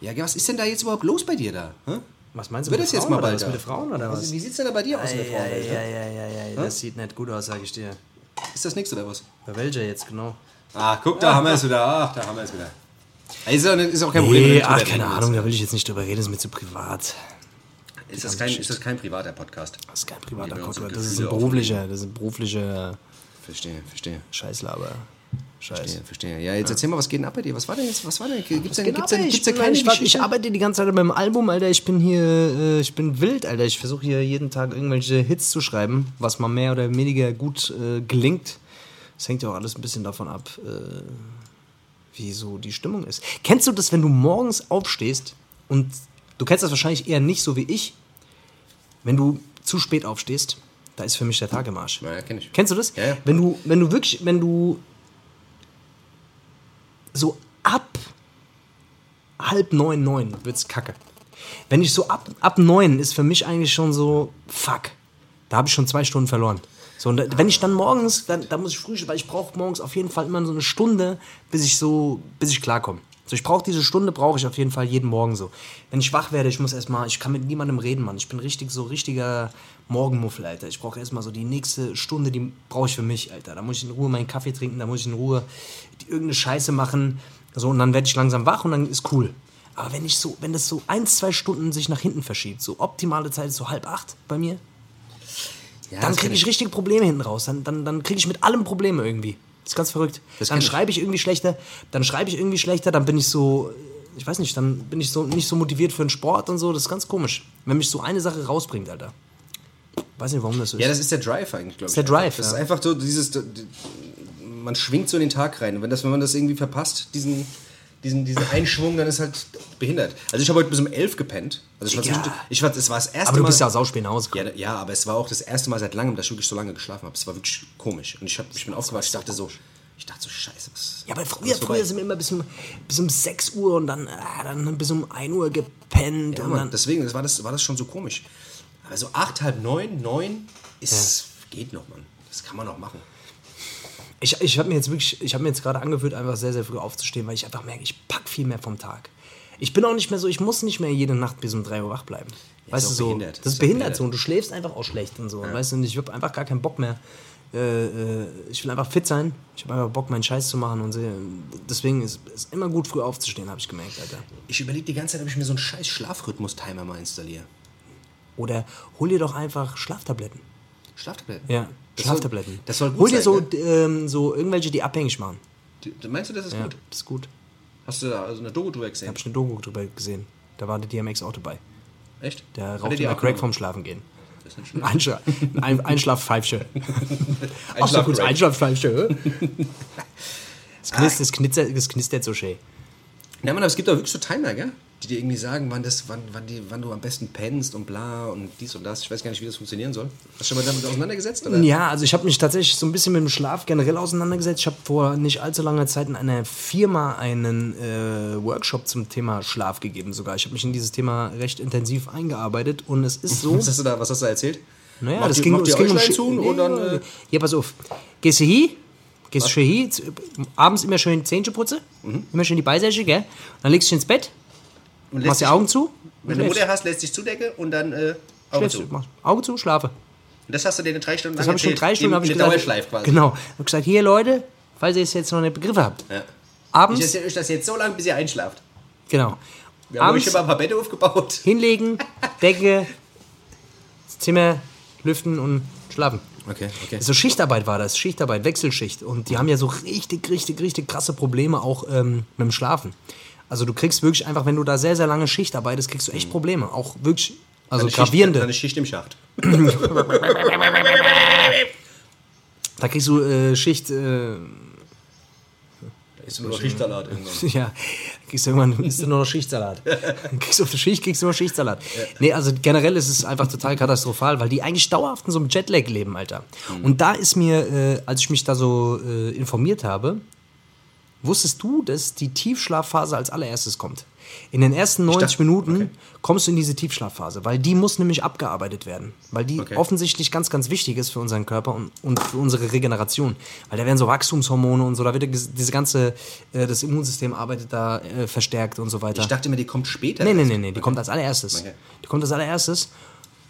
A: ja, gell, was ist denn da jetzt überhaupt los bei dir da? Hä?
B: Was meinst du
A: Wird
B: mit
A: das jetzt
B: Frauen
A: mal
B: oder
A: bald
B: was?
A: da?
B: Mit den Frauen oder was?
A: Wie sieht's denn da bei dir aus in der
B: Ja,
A: Frauenwelt?
B: ja, ja, ja, ja, ja, das sieht nicht gut aus, sage ich dir.
A: Ist das nichts oder was?
B: Bei welcher jetzt genau?
A: Ah, guck, da haben wir es wieder. Ach, da haben wir es wieder. Ey, Ist, auch- ist auch kein Problem. wenn
B: Nee,
A: du
B: ach,
A: drüber
B: keine
A: reden
B: Ahnung, da will ich jetzt nicht drüber reden, das ist mir zu privat.
A: willst. Ist das, kein, ist das kein privater Podcast?
B: Das ist kein privater
A: wir uns
B: Podcast,
A: so
B: das ist ein
A: Gefühle
B: beruflicher, das ist ein beruflicher
A: Verstehe, verstehe.
B: Scheißlaber. Scheiß.
A: Verstehe, verstehe. Ja, jetzt erzähl mal, was geht denn ab bei dir? Was war denn jetzt? Was war denn? Gibt's denn,
B: Genau,
A: gibt's denn,
B: ich
A: gibt's denn
B: bin-
A: keine
B: ich, war-
A: Geschichte?
B: ich arbeite die ganze Zeit beim Album, Alter. Ich bin hier, äh, ich bin wild, Alter. Ich versuche hier jeden Tag irgendwelche Hits zu schreiben, was mal mehr oder weniger gut äh, gelingt. Das hängt ja auch alles ein bisschen davon ab, äh, wie so die Stimmung ist. Kennst du das, wenn du morgens aufstehst und du kennst das wahrscheinlich eher nicht so wie ich, wenn du zu spät aufstehst, da ist für mich der Tag im Arsch.
A: Ja, kenn ich.
B: Kennst du das?
A: Ja, ja.
B: Wenn du, wenn du wirklich, wenn du so ab halb neun, neun wird's kacke. Wenn ich so ab, ab neun ist für mich eigentlich schon so, fuck, da habe ich schon zwei Stunden verloren. So, und da, wenn ich dann morgens, dann, dann muss ich frühstücken, weil ich brauche morgens auf jeden Fall immer so eine Stunde, bis ich so, bis ich klarkomme. So, ich brauche diese Stunde, brauche ich auf jeden Fall jeden Morgen so. Wenn ich wach werde, ich muss erstmal, ich kann mit niemandem reden, Mann. Ich bin richtig so richtiger Morgenmuffel, Alter. Ich brauche erstmal so die nächste Stunde, die brauche ich für mich, Alter. Da muss ich in Ruhe meinen Kaffee trinken, da muss ich in Ruhe die, irgendeine Scheiße machen. So, und dann werde ich langsam wach und dann ist cool. Aber wenn ich so, wenn das so ein, zwei Stunden sich nach hinten verschiebt, so optimale Zeit ist so halb acht bei mir,
A: Ja, das
B: dann
A: kenn
B: kriege ich richtige Probleme hinten raus. Dann, dann, dann kriege ich mit allem Probleme irgendwie. Das ist ganz verrückt. dann
A: kenn ich.
B: schreibe ich irgendwie schlechter, dann schreibe ich irgendwie schlechter, dann bin ich so, ich weiß nicht, dann bin ich so nicht so motiviert für den Sport und so. Das ist ganz komisch. Wenn mich so eine Sache rausbringt, Alter. Weiß nicht, warum das so ist.
A: Ja, das ist der Drive eigentlich, glaube ich.
B: der Drive,
A: einfach. Das
B: ja.
A: ist einfach so dieses, man schwingt so in den Tag rein. Und wenn, das, wenn man das irgendwie verpasst, diesen, diesen, diesen Einschwung, dann ist halt behindert. Also ich habe heute bis um elf gepennt. Also ich war,
B: Digga.
A: zwischendurch- ich war, es war das erste
B: aber du
A: Mal.
B: bist ja auch sauspät nach Hause gekommen.
A: ja, da- ja, aber es war auch das erste Mal seit langem, dass ich wirklich so lange geschlafen habe. Es war wirklich komisch. Und ich, hab, ich bin aufgewacht, ich dachte so, ich dachte so, scheiße. Was,
B: Ja, aber
A: was
B: früher,
A: ist vorbei?
B: früher sind wir immer bis um, bis um 6 Uhr und dann, ah, dann bis um 1 Uhr gepennt.
A: Ja,
B: und
A: Mann,
B: dann,
A: deswegen das war das, war das schon so komisch. Aber so acht, halb neun, neun ist, geht noch, Mann. Das kann man noch machen.
B: ich ich habe mir jetzt wirklich, ich habe mir jetzt gerade angewöhnt, einfach sehr, sehr früh aufzustehen, weil ich einfach merke, ich pack viel mehr vom Tag. Ich bin auch nicht mehr so, ich muss nicht mehr jede Nacht bis um 3 Uhr wach bleiben. weißt
A: ist
B: du,
A: auch
B: so,
A: behindert.
B: das
A: Ist
B: ist
A: auch
B: behindert
A: behindert.
B: so und du schläfst einfach auch schlecht und so. Und weißt du, und ich habe einfach gar keinen Bock mehr. Äh, äh, ich will einfach fit sein. Ich habe einfach Bock, meinen Scheiß zu machen und so. deswegen ist es immer gut, früh aufzustehen, habe ich gemerkt, Alter.
A: Ich überlege die ganze Zeit, ob ich mir so einen scheiß Schlafrhythmus-Timer mal installiere.
B: Oder hol dir doch einfach Schlaftabletten.
A: Schlaftabletten?
B: Ja,
A: Das
B: Schlaftabletten.
A: Soll, das soll gut
B: Hol dir
A: sein.
B: so,
A: ne?
B: d- ähm, so irgendwelche, die abhängig machen.
A: D- Meinst du, das ist
B: Ja,
A: gut?
B: das ist gut.
A: Hast du da also eine Doku drüber gesehen?
B: Hab ich eine Doku drüber gesehen. Da war der DMX auch dabei.
A: Echt?
B: Der
A: Hat
B: raucht
A: er die
B: immer
A: auch
B: Crack
A: genommen?
B: vorm Schlafen gehen.
A: Das ist nicht
B: Ein
A: schlecht.
B: Einschla ein Einschlafpfeifsche. Ach so
A: Einschlaf-
B: kurz,
A: Crack.
B: Einschlafpfeifsche. hä? Das knistert, das knistert, das knistert so schön.
A: Na, Mann, aber es gibt auch wirklich so Timer, gell? Die dir irgendwie sagen, wann, das, wann, wann, die, wann du am besten pennst und bla und dies und das. Ich weiß gar nicht, wie das funktionieren soll. Hast du schon mal damit auseinandergesetzt? Oder?
B: Ja, also ich habe mich tatsächlich so ein bisschen mit dem Schlaf generell auseinandergesetzt. Ich habe vor nicht allzu langer Zeit in einer Firma einen äh, Workshop zum Thema Schlaf gegeben sogar. Ich habe mich in dieses Thema recht intensiv eingearbeitet und es ist so...
A: Was hast du da, was hast du da erzählt?
B: Naja,
A: Macht
B: das
A: ihr-
B: ging,
A: macht
B: das
A: ihr
B: ging um
A: Äuglein
B: Sch-
A: zu und dann,
B: Ja,
A: äh,
B: ja, pass auf. Gehst du hin, gehst schön hin, z- abends immer schön Zähnchen putzen,
A: Mhm.
B: immer schön die Beisäche, gell? Dann legst du dich ins Bett,
A: Und lässt
B: machst die
A: dich-
B: Augen zu,
A: Wenn du
B: schläfst.
A: Mutter hast, lässt dich zudecke und dann äh, Augen
B: Schläfst
A: zu.
B: du,
A: Und
B: machst Augen zu, schlafe.
A: das hast du dir in drei Stunden
B: Das habe ich schon drei Stunden hab ich
A: ich
B: gesagt.
A: Dauerschleife quasi.
B: Genau. Ich habe gesagt, hier Leute, falls ihr es jetzt noch nicht begriffen habt,
A: Ja. Ich
B: abends,
A: erzähle euch das jetzt so lange, bis ihr einschlaft.
B: genau,
A: Wir haben euch
B: abends
A: schon mal ein paar Bälle aufgebaut.
B: hinlegen, Decke, das Zimmer, lüften und schlafen.
A: Okay, okay.
B: So Schichtarbeit war das, Schichtarbeit, Wechselschicht. Und die haben ja so richtig, richtig, richtig krasse Probleme auch ähm, mit dem Schlafen. Also du kriegst wirklich einfach, wenn du da sehr, sehr lange Schicht arbeitest, kriegst du echt Probleme. Auch wirklich, also gravierende.
A: Eine Schicht im Schacht.
B: Da kriegst du äh, Schicht, äh,
A: Da ist nur noch Schichtsalat irgendwann.
B: ja, kriegst du irgendwann isst du nur noch Schichtsalat. kriegst du auf der Schicht, kriegst du nur Schichtsalat. Nee, also generell ist es einfach total katastrophal, weil die eigentlich dauerhaft in so einem Jetlag leben, Alter. Und da ist mir, äh, als ich mich da so äh, informiert habe, Wusstest du, dass die Tiefschlafphase als allererstes kommt? In den ersten 90
A: dachte-
B: Minuten
A: okay.
B: kommst du in diese Tiefschlafphase, weil die muss nämlich abgearbeitet werden. Weil die
A: Okay.
B: offensichtlich ganz, ganz wichtig ist für unseren Körper und, und für unsere Regeneration. Weil da werden so Wachstumshormone und so, da wird ges- diese ganze, äh, das Immunsystem arbeitet da äh, verstärkt und so weiter.
A: Ich dachte mir, die kommt später.
B: Nee, nee, nee, nee, die kommt als allererstes.
A: Okay.
B: Die kommt als allererstes.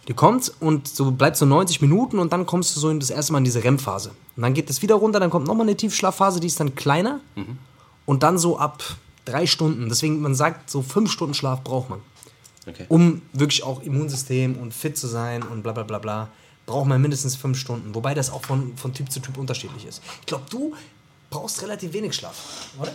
B: Die kommt und so bleibt so 90 Minuten und dann kommst du so in das erste Mal in diese REM-Phase. Und dann geht es wieder runter, dann kommt nochmal eine Tiefschlafphase, die ist dann kleiner
A: Mhm.
B: und dann so ab drei Stunden. Deswegen, man sagt, so fünf Stunden Schlaf braucht man.
A: Okay.
B: Um wirklich auch Immunsystem und fit zu sein und bla bla bla bla, braucht man mindestens fünf Stunden. Wobei das auch von, von Typ zu Typ unterschiedlich ist. Ich glaube, du brauchst relativ wenig Schlaf, oder?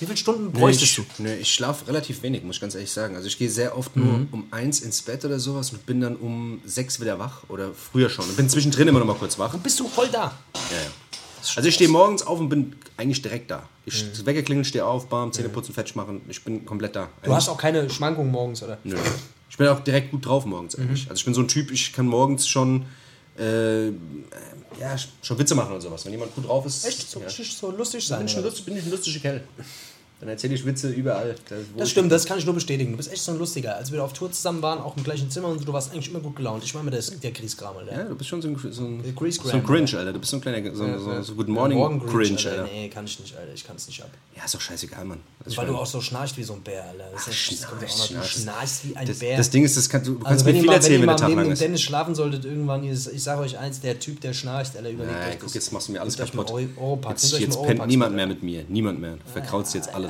B: Wie viele Stunden bräuchtest du?
A: ich, Nö, ich schlafe relativ wenig, muss ich ganz ehrlich sagen. Also ich gehe sehr oft nur
B: Mhm.
A: um eins ins Bett oder sowas und bin dann um sechs wieder wach oder früher schon. Und bin zwischendrin immer noch mal kurz wach.
B: Bist du voll da?
A: Ja, ja. Also ich stehe morgens auf und bin eigentlich direkt da. Ich mhm. Wecker klingelt, stehe auf, bam,
B: Mhm.
A: Zähne putzen, Fetch machen. Ich bin komplett da.
B: Du hast auch keine Schwankungen morgens, oder?
A: Nö. Ich bin auch direkt gut drauf morgens eigentlich.
B: Mhm.
A: Also ich bin so ein Typ, ich kann morgens schon, äh, äh, ja, schon Witze machen und sowas. Wenn jemand gut drauf ist,
B: So,
A: ja.
B: so lustig
A: bin,
B: sein.
A: ich ein
B: oder?
A: lustig, bin ich ein lustiger Kerl. Dann erzähle ich Witze überall. Das, wo
B: Das
A: ich-
B: stimmt, das kann ich nur bestätigen. Du bist echt so ein Lustiger. Als wir auf Tour zusammen waren, auch im gleichen Zimmer und so, du warst eigentlich immer gut gelaunt. Ich war mir das, der Grießkram, Alter.
A: Ja, du bist schon so ein, so ein,
B: Grease
A: so ein
B: Graham,
A: Cringe, Alter. Du bist so ein kleiner, so, ein- so, ein- so Good Morning,
B: Morgengrinch,
A: Cringe, Alter.
B: Nee, kann ich nicht, Alter. Ich kann es nicht ab.
A: Ja, ist doch scheißegal, Mann. Also ich
B: Weil du
A: meine,
B: auch so schnarcht wie so ein Bär, Alter. Das, ist, das kommt ja auch noch. Du
A: schnarchst.
B: schnarchst wie ein
A: das,
B: Bär.
A: das Ding ist, das kann, du kannst
B: also wenn
A: mir
B: ihr
A: viel
B: mal, wenn
A: erzählen,
B: ihr
A: wenn
B: mal
A: der Tag
B: neben
A: lang
B: dem
A: ist.
B: Dennis schlafen solltet, irgendwann, ihr- ich sage euch eins, der Typ, der schnarcht, Alter, überlegt
A: Nein,
B: euch
A: Äh, guck,
B: das.
A: jetzt machst du mir alles
B: Nehmt euch mal
A: kaputt.
B: Euro- Europax,
A: jetzt
B: nehmt euch
A: jetzt
B: mal
A: pennt
B: Europax,
A: niemand
B: Alter.
A: mehr mit mir. Niemand mehr. Du verkrautst jetzt alles.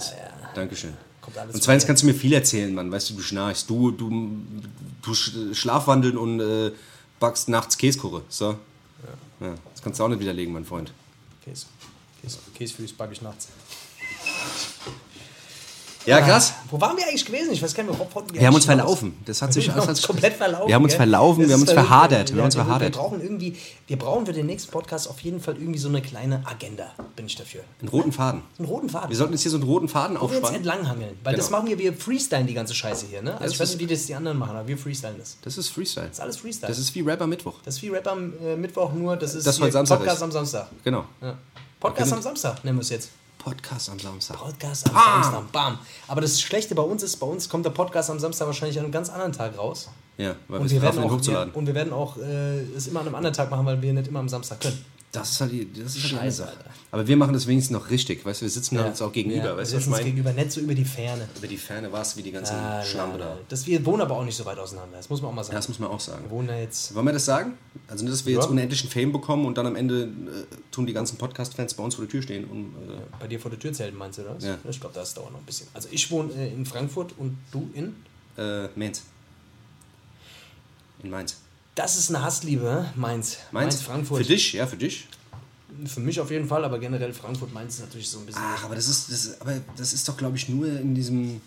A: Dankeschön.
B: Ah, Kommt alles
A: Und zweitens kannst du mir viel erzählen, Mann. Weißt du, du schnarchst, du, du, du sch- schlafwandeln und äh, backst nachts Käsekuche. So. Ja, das kannst du auch nicht widerlegen, mein Freund.
B: Käse. Käse. Käsefüß backe ich nachts.
C: Ja, krass.
B: Ah, Wo waren wir eigentlich gewesen? Ich weiß gar nicht mehr, wo konnten
A: Wir haben uns
B: eigentlich hinaus?
A: verlaufen. Das hat sich
B: wir haben uns komplett verlaufen.
A: Wir haben uns
B: gell?
A: verlaufen,
B: Das
A: wir haben
B: ist
A: uns
B: verrückt. Also
A: verhadert. Wir haben uns
B: wir-
A: verhadert.
B: Wir brauchen irgendwie, wir brauchen für den nächsten Podcast auf jeden Fall irgendwie so eine kleine Agenda, bin ich dafür.
A: Einen roten Faden.
B: Einen roten Faden.
A: Wir sollten jetzt hier so einen roten Faden
B: Wo wir uns
A: aufspannen.
B: entlanghangeln. Weil das
A: Genau.
B: machen wir, wir freestylen die ganze Scheiße hier, ne? Also ich weiß
A: ist-
B: nicht, wie das die anderen machen, aber wir freestylen das.
A: Das ist Freestyle.
B: Das ist alles Freestyle.
A: Das ist wie Rapper Mittwoch.
B: Das ist wie Rap am äh, Mittwoch nur, das ist
A: Das
B: hier
A: heute Samstag
B: Podcast
A: ist.
B: am Samstag.
A: Genau.
B: Ja. Podcast am Samstag nennen wir es jetzt.
A: Podcast am Samstag.
B: Podcast am
A: Ah!
B: Samstag, bam. Aber das Schlechte bei uns ist, bei uns kommt der Podcast am Samstag wahrscheinlich an einem ganz anderen Tag raus.
A: Ja, weil
B: Und
A: wir
B: wir,
A: es
B: werden
A: schaffen, den
B: auch,
A: hochzuladen.
B: wir, und wir werden auch äh, es immer an einem anderen Tag machen, weil wir nicht immer am Samstag können.
A: Das ist halt die, das ist halt die eine
B: Scheiße,
A: Sache.
B: Alter.
A: Aber wir machen das wenigstens noch richtig. Weißt du, wir sitzen halt uns auch gegenüber. weißt du,
B: Ja, wir
A: was ich
B: sitzen uns
A: meine?
B: gegenüber, nicht so über die Ferne.
A: Über die Ferne war es wie die ganzen
B: Ah,
A: Schlampe
B: nein,
A: da.
B: nein. Das, wir wohnen aber auch nicht so weit auseinander, das muss man auch mal sagen.
A: Das muss man auch sagen.
B: wir wohnen da jetzt.
A: Wollen wir das sagen? Also nicht, dass wir jetzt
B: Ja.
A: unendlichen Fame bekommen und dann am Ende äh, tun die ganzen Podcast-Fans bei uns vor der Tür stehen. Und, äh,
B: Bei dir vor der Tür zelten, meinst du das?
A: Ja.
B: Ich glaube, das dauert noch ein bisschen. Also ich wohne äh, in Frankfurt und du in?
A: äh, Mainz. In Mainz.
B: Das ist eine Hassliebe, Mainz.
A: Mainz?
B: Frankfurt.
A: Für dich, ja, für dich.
B: Für mich auf jeden Fall, aber generell Frankfurt, Mainz ist natürlich so ein bisschen...
A: Ach, aber das ist, das, ist- aber das ist doch, glaube ich, nur in diesem.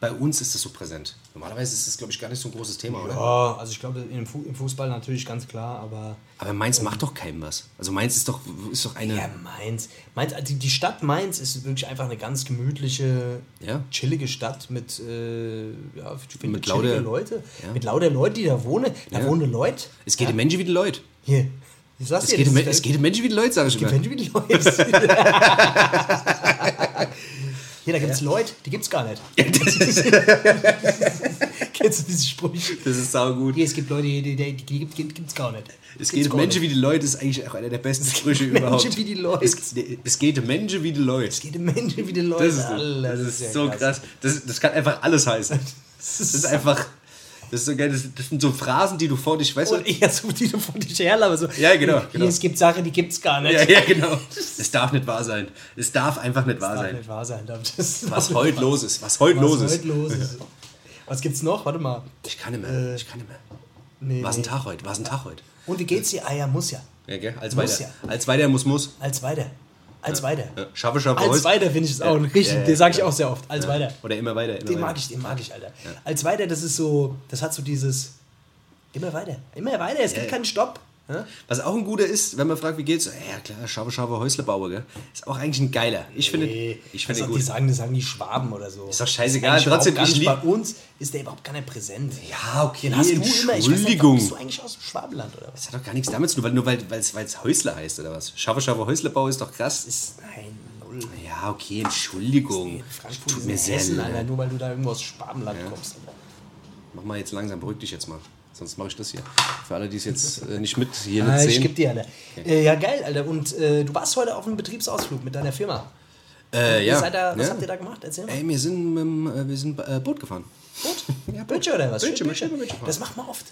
A: Bei uns ist das so präsent. Normalerweise ist das, glaube ich, gar nicht so ein großes Thema, oder?
B: Ja, also ich glaube, im, Fu im Fußball natürlich ganz klar, aber...
A: Aber Mainz macht doch keinem was. Also Mainz ist doch, ist doch eine.
B: Ja, Mainz. Mainz also die Stadt Mainz ist wirklich einfach eine ganz gemütliche,
A: Ja.
B: chillige Stadt mit, äh, ja, ich finde,
A: Mit
B: chillige
A: lauter-
B: Leute.
A: Ja.
B: Mit lauter Leute, die da wohnen. Da
A: Ja.
B: wohnen Leute.
A: Es geht den Menschen wie die Leute.
B: Hier. Ich sag's
A: Es
B: dir,
A: geht,
B: das
A: den,
B: ist-
A: es geht den Menschen wie die Leute, sage ich immer.
B: Wenn du mit Leute. Hier, da gibt's Leute, die gibt's gar nicht. Kennst du diese Sprüche?
A: Das ist saugut.
B: Hier, es gibt Leute, die, die, die, die gibt, gibt, gibt's gar nicht.
A: Es geht den
B: Gibt's gar
A: Menschen
B: nicht.
A: wie die Leute ist eigentlich auch einer der besten Sprüche
B: Menschen
A: überhaupt.
B: wie die Leute.
A: Es, es geht den Menschen wie die Leute.
B: Es geht den Menschen wie die Leute.
A: Das ist,
B: Alter,
A: das
B: ja
A: ist so krass. Das, das kann einfach alles heißen. Das ist einfach. Das, ist so geil. Das, das sind so Phrasen, die du vor dich weißt.
B: Und ich so die du von dich her, aber so.
A: Ja, genau,
B: Hier,
A: genau.
B: es gibt Sachen, die gibt's gar nicht.
A: ja, ja, genau. Es darf nicht wahr sein. Es darf einfach nicht wahr
B: Das darf
A: sein.
B: nicht wahr sein. Das ist
A: Was heute los ist. Was heute
B: was
A: los ist.
B: heute los ist. Was gibt's noch? Warte mal.
A: Ich kann nicht mehr. Ich kann nicht mehr.
B: Nee,
A: Was ein
B: Äh, nee.
A: Tag heute. Was ein Tag heute.
B: Und wie geht's dir? Ah ja, muss ja.
A: Ja, gell? Als
B: Muss
A: weiter. Als weiter muss, muss.
B: Als weiter. Als weiter.
A: Ja. Schaffe, schaffe,
B: Als
A: heute.
B: weiter finde ich es auch ein richtig,
A: ja, ja,
B: den sage ich
A: ja.
B: auch sehr oft. Als weiter.
A: Oder immer weiter. Immer
B: Den
A: weiter.
B: mag ich, den mag ich, Alter. Als weiter, das ist so, das hat so dieses immer weiter, immer weiter, es gibt
A: ja.
B: keinen Stopp. Ja?
A: Was auch ein guter ist, wenn man fragt, wie geht's? Ja klar, scharfe, scharfe Häuslerbauer, gell? Ist auch eigentlich ein geiler. Ich finde, ich finde den
B: das auch, die
A: gut.
B: sagen, das sagen die Schwaben oder so. Ist
A: doch scheißegal, trotzdem,
B: gar
A: ich
B: nicht, bei
A: lieb-
B: uns ist der überhaupt gar nicht präsent.
A: Ja, okay,
B: Den hast du immer, ich weiß nicht, warum
A: Entschuldigung.
B: bist du eigentlich aus dem Schwabenland oder was?
A: das hat doch gar nichts damit zu tun, weil nur weil es Häusler heißt oder was. Scharfe, scharfe Häuslerbauer ist doch krass.
B: Ist, nein, null.
A: Ja, okay, Entschuldigung.
B: Frankfurt
A: Tut
B: ist
A: mir
B: in
A: sehr
B: Hessen, Alter,
A: leid.
B: nur weil du da irgendwo aus Schwabenland kommst. Alter.
A: Mach mal jetzt langsam, beruhig dich jetzt mal. Sonst mache ich das hier. Für alle, die es jetzt äh, nicht mit hier
B: Ah,
A: nicht
B: ich geb
A: sehen.
B: dir, Alter. Äh, ja, geil, Alter. Und äh, du warst heute auf einem Betriebsausflug mit deiner Firma.
A: Äh,
B: Ihr
A: ja.
B: seid da, was
A: ja.
B: habt ihr da gemacht? Erzähl mal.
A: Ey, wir sind, mit dem, äh, wir sind äh, Boot gefahren.
B: Boot?
A: Ja,
B: Bötche oder was?
A: Bötche,
B: Bötche.
A: Bötche, Bötche.
B: Das macht man oft.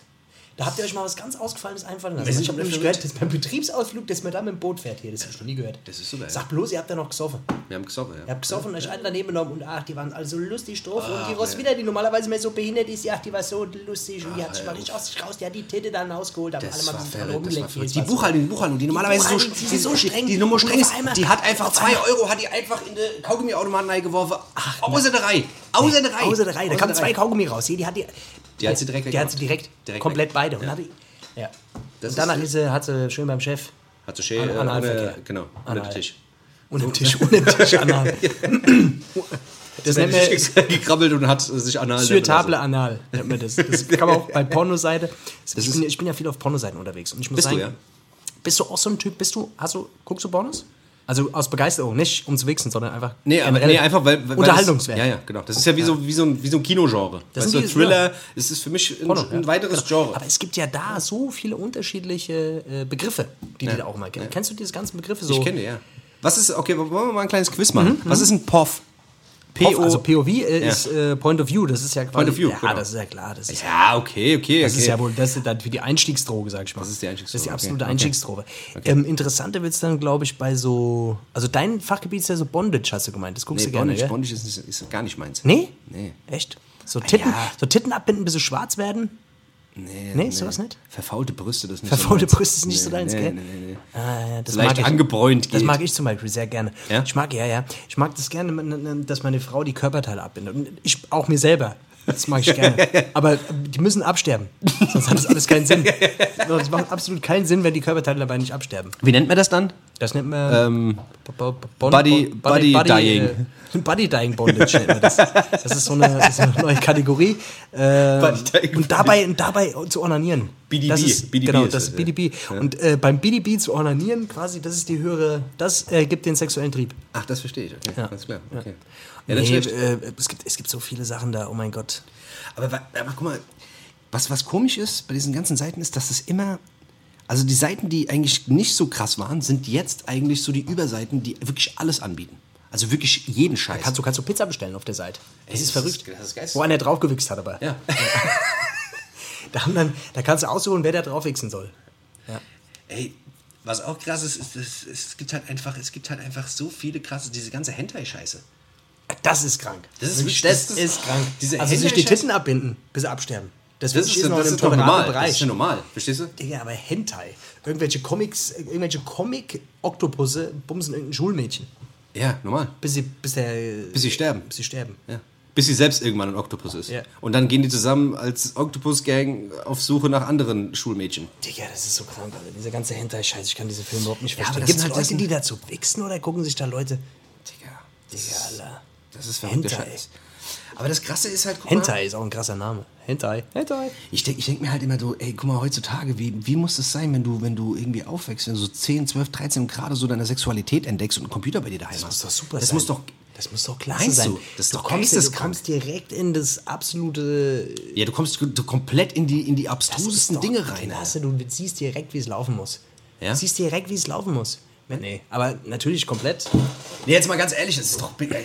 B: Da habt ihr euch mal was ganz Ausgefallenes einfallen lassen.
A: Wir sind
B: ich habe
A: alle
B: nämlich
A: verrückt.
B: gehört, dass beim Betriebsausflug, dass man da mit dem Boot fährt hier. Das habe ich noch nie gehört.
A: Das ist so geil.
B: Sag bloß, ihr habt da noch gesoffen.
A: Wir haben gesoffen, ja.
B: Ihr habt gesoffen, euch einen daneben genommen und ach, die waren alle so lustig drauf. und die Roswitha, die normalerweise mehr so behindert ist, ja, die war so lustig und die hat sich mal richtig aus sich raus. Die hat die Tete dann rausgeholt, haben alle
A: Das
B: mal
A: war
B: ein bisschen
A: verrückt, das war
B: rumgeleckt. hier.
A: verrückt.
B: Es
A: Die
B: war so-
A: Buchhaltung, die Buchhaltung, die normalerweise so,
B: Buchhaltung, die sind so streng.
A: Die, die Nummer streng
B: Und
A: ist,
B: auf einmal-
A: die hat einfach
B: auf
A: 2
B: einmal-
A: Euro, hat die einfach in den Kaugummiautomaten reingeworfen. Ach, außer der Reihe. Außer der Reihe.
B: Außer der Reihe. Da kamen
A: der
B: zwei
A: Reihe.
B: Kaugummi raus. Die, die hat die,
A: Die hat sie direkt
B: Die hat sie
A: weggemacht.
B: direkt,
A: Direkt
B: komplett
A: weg.
B: beide. Und,
A: Ja.
B: hat die, ja.
A: Das
B: und danach
A: ist-
B: ist sie, hat sie schön beim Chef
A: Hat so schön,
B: An-
A: äh,
B: Analverkehr.
A: ohne- genau,
B: Anal.
A: unter den Tisch.
B: unter dem Tisch, unter dem Tisch anal. Das nennt man
A: gekrabbelt und hat äh, sich anal.
B: Surtable Anal, nennt man das. Das kann man auch bei Pornoseite. Ich
A: ist-
B: bin, ja- ich bin ja viel auf Pornoseiten unterwegs. Und ich muss
A: Bist du,
B: sagen,
A: ja?
B: bist du auch so ein Typ, bist du, hast du, guckst du Pornos? Also aus Begeisterung, nicht ums Wichsen, sondern einfach.
A: Nee, aber,
B: generell
A: nee, einfach weil, weil weil
B: Unterhaltungswert.
A: Das, ja, ja, genau. Das ist ja wie so, wie so ein, wie so ein Kinogenre.
B: Das
A: weißt
B: sind
A: du,
B: die-
A: Thriller, es ist für mich ein,
B: Porno,
A: ein
B: ja.
A: weiteres Genre.
B: Aber es gibt ja da so viele unterschiedliche äh, Begriffe, die die da auch immer kennen. Kennst du diese ganzen Begriffe so? Mhm,
A: Ich kenne, ja. Was ist, okay, wollen wir mal ein kleines Quiz machen? Was ist ein POV?
B: PO, also POV äh,
A: Ja.
B: ist äh, Point of View, das ist ja quasi.
A: Point of View,
B: ja,
A: genau.
B: das ist ja klar. Das ist,
A: Ja, okay, okay.
B: das ist ja wohl das ist dann für die Einstiegsdroge, sag ich mal. Das
A: ist die Einstiegsdroge,
B: Das ist die absolute
A: okay.
B: Einstiegsdroge. Ähm, interessanter wird es dann, glaube ich, bei so. Also dein Fachgebiet ist ja so Bondage, hast du gemeint. Das guckst
A: Nee,
B: du gerne.
A: Bondage,
B: gell?
A: Bondage ist, nicht- ist gar nicht meins.
B: Nee?
A: Nee.
B: Echt? So Titten,
A: ja.
B: so Titten abbinden, bis sie schwarz werden?
A: Nee,
B: Nee, ist sowas nicht?
A: Verfaulte Brüste, das ist nicht
B: Verfaulte
A: so meins.
B: Brüste ist nicht so deins,
A: nee,
B: gell?
A: Nee, nee, nee.
B: Ah, ja, das
A: Leicht
B: mag ich.
A: angebräunt
B: Das
A: geht.
B: mag ich zum Beispiel sehr gerne.
A: Ja?
B: Ich mag, ja, ja. Ich mag das gerne, ne- ne- dass meine Frau die Körperteile abbindet. Und ich auch mir selber. Das mag ich gerne. Aber die müssen absterben. Sonst hat das alles keinen Sinn. Das macht absolut keinen Sinn, wenn die Körperteile dabei nicht absterben.
A: Wie nennt man das dann?
B: Das nennt man
A: Ähm,
B: B- b- bon-
A: Body-
B: bon-
A: Body Dying.
B: äh, Body Dying Bondage nennt man das. Das ist so eine, so eine neue Kategorie. Äh,
A: Body Dying
B: und dabei und dabei zu ornanieren.
A: BDB,
B: Das ist,
A: BDB
B: genau,
A: ist
B: das
A: das,
B: ist
A: ja.
B: BDB. Und äh, beim BDB zu ornanieren, quasi, das ist die höhere, das äh, gibt den sexuellen Trieb.
A: ach, das verstehe ich. Okay,
B: Ja.
A: alles klar.
B: Ja.
A: Okay. Ja, das
B: Nee,
A: stimmt.
B: äh, es, gibt, es gibt so viele Sachen da, oh mein Gott.
A: Aber, wa- aber guck mal, was, was komisch ist bei diesen ganzen Seiten ist, dass es immer. Also die Seiten, die eigentlich nicht so krass waren, sind jetzt eigentlich so die Überseiten, die wirklich alles anbieten. Also wirklich jeden Scheiß.
B: Kannst du, kannst du Pizza bestellen auf der Seite. Das
A: Ey,
B: ist
A: das
B: verrückt.
A: ist- das ist geil.
B: Wo einer draufgewichst hat aber.
A: ja.
B: Da, haben dann, da kannst du aussuchen, wer da draufwichsen soll.
A: Ey, was auch krass ist, ist, es- es gibt halt einfach, es gibt halt einfach so viele krasse, diese ganze Hentai-Scheiße.
B: Das ist krank.
A: Das ist wirklich-
B: Wirklich,
A: das ist-
B: Diese
A: Diese
B: also sich die
A: Hentai-Scheiße-
B: Titten abbinden, bis sie absterben.
A: Das
B: Das, finde ich
A: ist,
B: noch
A: das
B: in einem
A: ist doch normal. Das
B: tolerablen
A: ist
B: Bereich.
A: ja normal, verstehst du?
B: Digga, aber Hentai. Irgendwelche Comics, äh, irgendwelche Comic-Oktopusse bumsen irgendein Schulmädchen.
A: Ja, normal.
B: Bis sie, bis der, bis
A: Bis sie sterben.
B: bis sie sterben.
A: Ja. Bis sie selbst irgendwann ein Oktopus ist.
B: Ja.
A: Und dann gehen die zusammen als Oktopus-Gang auf Suche nach anderen Schulmädchen.
B: Digga, das ist so krank, Alter. Dieser ganze Hentai-Scheiß, ich kann diese Filme überhaupt nicht
A: Ja, aber
B: verstehen.
A: das
B: Gibt es
A: sind
B: Leute,
A: halt
B: die dazu wichsen oder gucken sich da Leute.
A: Digga.
B: Digga, Alter.
A: Das ist verrückter
B: Hentai.
A: Scheiß. Aber das Krasse ist halt, guck mal,
B: Hentai ist auch ein krasser Name. Hentai. Hentai.
A: ich denke ich denk mir halt immer so, ey, guck mal, heutzutage, wie, wie muss das sein, wenn du, wenn du irgendwie aufwächst, wenn du so 10, 12, 13 gerade so deine Sexualität entdeckst und einen Computer bei dir daheim
B: Das
A: hast?
B: muss doch super
A: das
B: sein.
A: Muss doch,
B: das muss doch klasse
A: Meinst
B: sein.
A: du? Das ist
B: du,
A: doch
B: kommst, du
A: geisteskrank.
B: kommst direkt in das absolute
A: ja, du kommst du komplett in die, in die
B: Das ist
A: abstrusesten
B: doch
A: Dinge rein. Alter.
B: Klasse, du siehst direkt, wie es laufen muss.
A: Ja?
B: Du siehst direkt, wie es laufen muss. Wenn- Nee, aber natürlich komplett.
A: Nee, jetzt mal ganz ehrlich, das ist doch. Ey.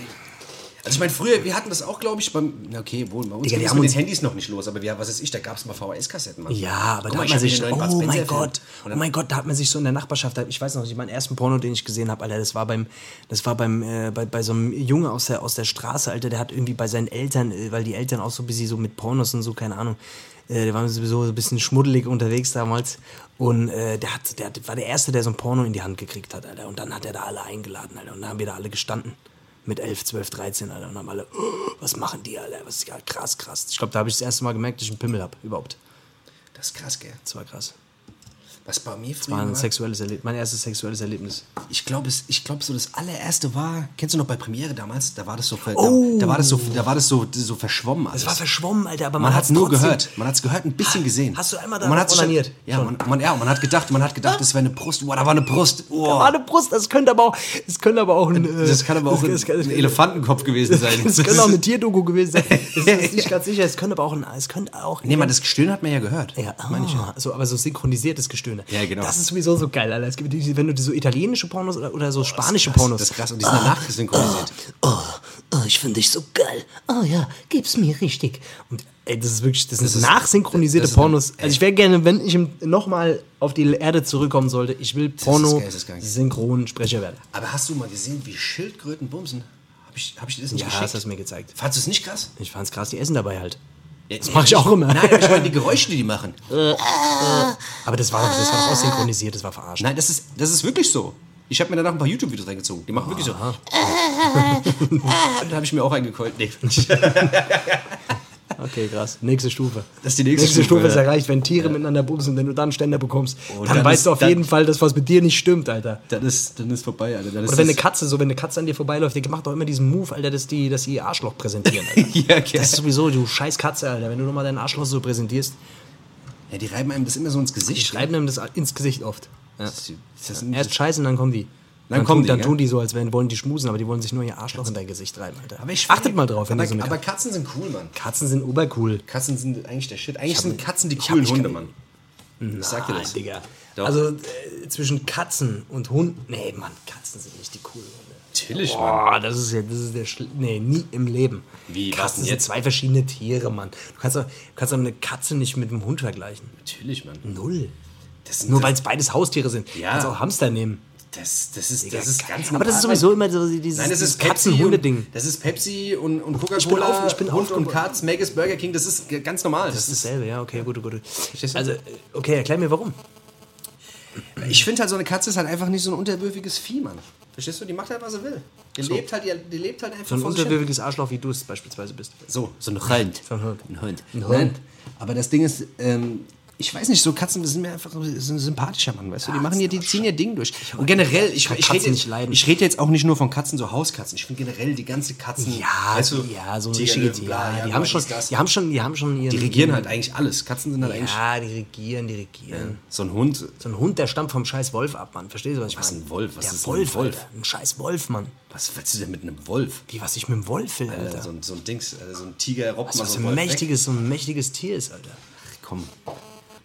A: Also ich meine, früher, wir hatten das auch, glaube ich, beim. na Okay, wohl, bei uns
B: Digga,
A: ging
B: wir
A: das
B: haben
A: mit
B: uns-
A: den Handys noch nicht los, aber wir, was ist ich, da gab es mal VHS-Kassetten. Mann.
B: Ja, aber
A: Guck
B: da
A: mal,
B: hat
A: ich
B: man
A: hab
B: sich
A: den
B: schon,
A: neuen Bud
B: oh mein
A: Spencer-Film.
B: Gott,
A: Und
B: oh
A: dann-
B: mein Gott, da hat man sich so in der Nachbarschaft, da- ich weiß noch, ich mein ersten Porno, den ich gesehen habe, Alter, das war beim, das war beim, äh, bei, bei so einem Junge aus der, aus der Straße, Alter, der hat irgendwie bei seinen Eltern, äh, weil die Eltern auch so busy so mit Pornos und so, keine Ahnung, äh, die waren sowieso so ein bisschen schmuddelig unterwegs damals und äh, der hat, der hat, war der Erste, der so ein Porno in die Hand gekriegt hat, Alter, und dann hat er da alle eingeladen, Alter, und dann haben wir da alle gestanden. Mit 11, 12, 13, Alter. Und haben alle, oh, was machen die, Alter? Was ist ja krass, krass. Ich glaube, da habe ich das erste Mal gemerkt, dass ich einen Pimmel habe, überhaupt.
A: Das ist krass, gell?
B: Das war krass.
A: Was bei mir früher
B: War
A: war.
B: ein sexuelles Erlebnis, mein erstes sexuelles Erlebnis.
A: Ich glaube, ich glaub, so das allererste war, kennst du noch bei Premiere damals? Da war das so, ver-
B: Oh.
A: da, da war das so, da war das so, so verschwommen alles.
B: Es war verschwommen, Alter, aber man,
A: man
B: hat
A: hat
B: es
A: nur gehört, man hat es gehört, ein bisschen gesehen.
B: Hast du einmal
A: Und man
B: darauf
A: hat sich schon-
B: onaniert?
A: Ja, man, man, ja, und man hat gedacht, man hat gedacht, das wäre eine Brust. Boah, da war eine Brust.
B: Da
A: Boah.
B: war eine Brust, das könnte aber auch, es könnte aber auch ein, äh,
A: Das kann aber auch ein,
B: das kann-
A: ein Elefantenkopf gewesen sein.
B: Es könnte auch eine Tierdoku gewesen sein. Das ist nicht ganz sicher. Es könnte aber auch ein, es könnte auch.
A: Nee, man, das Gestöhn hat man ja gehört.
B: ja, ah, so, aber so synchronisiertes Gestöhne.
A: Ja, genau.
B: Das ist sowieso so geil, Alter. Es gibt, diese- wenn du die so italienische Pornos oder, oder so spanische
A: Das,
B: Pornos.
A: das ist krass. Und die sind
B: Ah.
A: danach synchronisiert.
B: Oh, oh, ich finde dich so geil. Oh ja, gib's mir richtig. Und ey, das ist wirklich, das, sind
A: ist-
B: nachsynchronisierte
A: das ist-
B: Pornos. also ich wäre gerne, wenn ich nochmal auf die Erde zurückkommen sollte, ich will Porno
A: geil, das ist geil.
B: synchron Sprecher werden.
A: Aber hast du mal gesehen, wie Schildkröten bumsen? Hab ich, hab ich dir das nicht
B: Ja,
A: geschickt?
B: hast du das mir gezeigt.
A: Fandst du es nicht krass?
B: Ich fand's krass, die essen dabei halt.
A: Das
B: mach ich auch immer.
A: Nein, aber ich meine die Geräusche, die die machen.
B: Aber das war doch, das war
A: Ah.
B: doch auch synchronisiert, das war verarscht.
A: Nein, das ist, das ist wirklich so. Ich habe mir danach ein paar YouTube-Videos reingezogen. Die machen wirklich so. da habe ich mir auch eingekeult. Nee.
B: Okay, krass. Nächste Stufe.
A: Das ist die nächste
B: Stufe.
A: Stufe,
B: ist
A: ja.
B: erreicht, wenn Tiere miteinander bumsen, wenn du dann Ständer bekommst,
A: Oh,
B: dann,
A: dann
B: weißt
A: ist-
B: du auf
A: dann-
B: jeden Fall, dass was mit dir nicht stimmt, Alter.
A: Dann ist, dann ist vorbei, Alter. Dann ist
B: Oder wenn eine
A: das-
B: Katze, so wenn eine Katze an dir vorbeiläuft, die macht doch immer diesen Move, Alter, dass die, dass sie ihr Arschloch präsentieren, Alter.
A: ja, okay.
B: Das ist sowieso, du scheiß Katze, Alter. Wenn du nochmal deinen Arschloch so präsentierst,
A: ja, die reiben einem das immer so ins Gesicht.
B: schreiben einem das ins Gesicht oft.
A: Das ist, ist das ein-
B: Erst scheißen, dann kommen die.
A: Dann kommen
B: tun,
A: die,
B: Dann
A: ja.
B: tun die so, als wären wollen die schmusen, aber die wollen sich nur ihr Arschloch in dein Gesicht reiben, Alter.
A: Aber ich-
B: Achtet mal drauf, wenn
A: aber,
B: ihr so eine
A: aber
B: Katze.
A: Katzen sind cool, Mann.
B: Katzen sind obercool.
A: Katzen sind eigentlich der Shit. Eigentlich sind Katzen die
B: ich
A: coolen
B: hab- ich
A: Hunde,
B: hab-
A: Mann. Ich sag dir
B: Ah,
A: das.
B: Digga.
A: Doch.
B: Also äh, zwischen Katzen und Hunden. Nee, Mann, Katzen sind nicht die coolen Hunde.
A: Natürlich,
B: Boah, das ist ja, das ist der Schl Nee, nie im Leben.
A: Wie, was
B: Katzen
A: denn
B: sind
A: jetzt?
B: zwei verschiedene Tiere, Mann. Du kannst doch, du kannst doch eine Katze nicht mit einem Hund vergleichen.
A: Natürlich, Mann.
B: Null.
A: Das sind
B: Nur
A: das-
B: weil es beides Haustiere sind.
A: Ja.
B: Kannst auch Hamster nehmen.
A: Das, das ist, das ist ganz
B: Aber das ist
A: normal.
B: sowieso immer so dieses,
A: Nein, das
B: dieses
A: ist Pepsi.
B: Katzen-Hunde-Ding.
A: Und, das ist Pepsi und, und
B: auf-
A: Coca-Cola,
B: ich bin
A: Hund und
B: aufgewa-
A: Katz, Maggis, Burger King, das ist g- ganz normal.
B: Das ist dasselbe, ja, okay, gut, gut. gut.
A: Verstehst du?
B: Also, okay, erklär mir warum.
A: ich finde halt, so eine Katze ist halt einfach nicht so ein unterwürfiges Vieh, Mann. Verstehst du? Die macht halt, was sie will. Die, lebt, halt, die, die lebt halt einfach
B: So ein
A: vor sich hin.
B: unterwürfiges Arschloch, wie du es beispielsweise bist.
A: So, so ein Hund.
B: So ein Hund.
A: Ein Hund.
B: Ein Hund.
A: Nein, aber das Ding ist, ähm, ich weiß nicht, so Katzen sind mir einfach so ein sympathischer Mann, weißt du? Die machen hier, die ziehen ihr Ding durch. Und generell, ich,
B: kann
A: ich,
B: Katzen
A: rede
B: nicht
A: jetzt,
B: leiden.
A: ich rede jetzt auch nicht nur von Katzen, so Hauskatzen. Ich finde generell die ganze Katzen.
B: Ja,
A: weißt du,
B: ja, genau, so
A: Tiger,
B: richtige
A: Löwen, bla,
B: Tiere.
A: ja,
B: die, haben
A: bla,
B: schon,
A: dies, das.
B: die haben schon, die haben schon ihren.
A: Die regieren halt eigentlich alles. Katzen sind halt eigentlich.
B: Mhm. Ja, die regieren, die regieren.
A: So ein Hund.
B: So ein Hund, der stammt vom scheiß Wolf ab, Mann. Verstehst du, was ich meine?
A: Was ein Wolf? Was
B: der
A: ist denn ein
B: Wolf,
A: Wolf?
B: Alter. Ein scheiß Wolf, Mann.
A: Was willst du denn mit einem Wolf?
B: Wie, was ich mit dem Wolf will, Alter.
A: Alter, so, ein, so ein Dings, äh, so ein Tiger, Robben,
B: was
A: so
B: für
A: ein
B: ein
A: Wolf.
B: mächtiges, so ein mächtiges Tier ist, Alter.
A: Weg. Komm,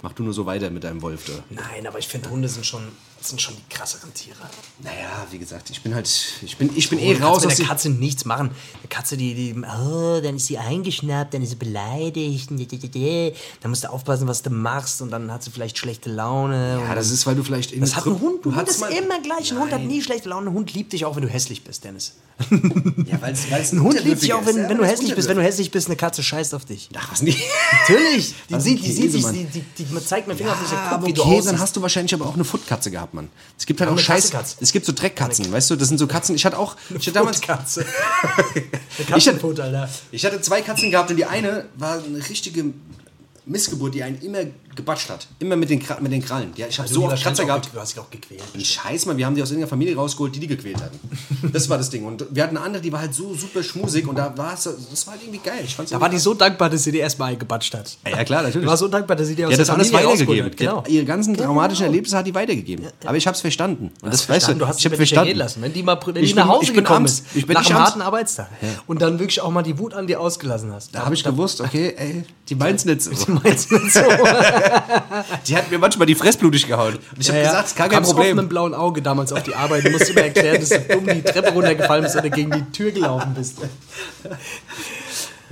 A: mach du nur so weiter mit deinem Wolf, da.
B: Nein, aber ich finde, Hunde sind schon, sind schon die krasseren Tiere.
A: Naja, wie gesagt, ich bin halt, ich bin, ich bin
B: Eh
A: eh raus
B: mit
A: aus
B: der
A: dem...
B: Katze nichts machen. Eine Katze, die, die, oh, dann ist sie eingeschnappt, dann ist sie beleidigt. Dann musst du aufpassen, was du machst und dann hat sie vielleicht schlechte Laune.
A: Ja, das ist, weil du vielleicht... in-
B: Das hat ein Hund. Du Hund
A: hattest
B: ist immer gleich. Ein Hund hat nie schlechte Laune. Ein Hund liebt dich auch, wenn du hässlich bist, Dennis.
A: Ja, weil es
B: Ein Hund liebt dich auch, wenn, wenn du hässlich bist. Wenn du hässlich bist, eine Katze scheißt auf dich.
A: Ach, was nicht?
B: Natürlich. Die
A: Was
B: sieht,
A: ein
B: die sieht sich,
A: Käsemann.
B: die, die, die, man zeigt mir Finger auf mich. sagt,
A: Ja,
B: guck,
A: aber
B: wie du
A: Ah, okay, dann
B: aussiehst.
A: hast du wahrscheinlich aber auch eine Futtkatze gehabt, Mann. Es gibt halt
B: Aber
A: auch
B: eine
A: Scheiß...
B: Katze.
A: Es gibt so Dreckkatzen, weißt du? Das sind so Katzen... Ich hatte auch... Ich hatte damals...
B: Katze.
A: Ich hatte,
B: Katzenpot, Alter.
A: Ich hatte zwei Katzen gehabt und die eine war eine richtige Missgeburt, die einen immer gebatscht hat. Immer mit den, Kra mit den Krallen. Ja,
B: Also
A: ich habe so oft Kratzer gehabt.
B: Du hast dich auch gequält.
A: Ein Scheiß, Mann, wir haben die aus irgendeiner Familie rausgeholt, die die gequält hatten. Das war das Ding. Und wir hatten eine andere, die war halt so super schmusig und da war es, das war halt irgendwie geil. Ich fand's
B: Da war die so dankbar, dass sie dir erstmal eingebatscht hat.
A: Ja, klar, natürlich.
B: Die war so dankbar, dass sie dir aus
A: ja, das
B: der
A: alles
B: Familie
A: weitergegeben.
B: rausgeholt hat.
A: Die hat
B: Genau.
A: Ihre ganzen traumatischen Erlebnisse hat die weitergegeben. Aber ich hab's verstanden. Und das, weißt du,
B: du hast
A: ich hab
B: dich verstanden.
A: verstanden.
B: lassen. Wenn die mal wenn die
A: Ich
B: nach
A: bin-
B: Hause
A: ich bin
B: gekommen
A: abends-
B: ist,
A: ich bin
B: nach
A: nicht
B: einem
A: abends-
B: harten Arbeitstag und dann wirklich auch mal die Wut an dir ausgelassen hast.
A: Da habe ich gewusst, okay, ey, die meint's nicht so.
B: Meinst du das so?
A: Die hat mir manchmal die Fressblutig gehauen. Und ich hab
B: Ja, ja.
A: gesagt, ist gar
B: Du
A: kein
B: kamst
A: Problem.
B: mit einem blauen Auge damals auf die Arbeit. Du musst immer erklären, dass du dumm die Treppe runtergefallen bist oder gegen die Tür gelaufen bist.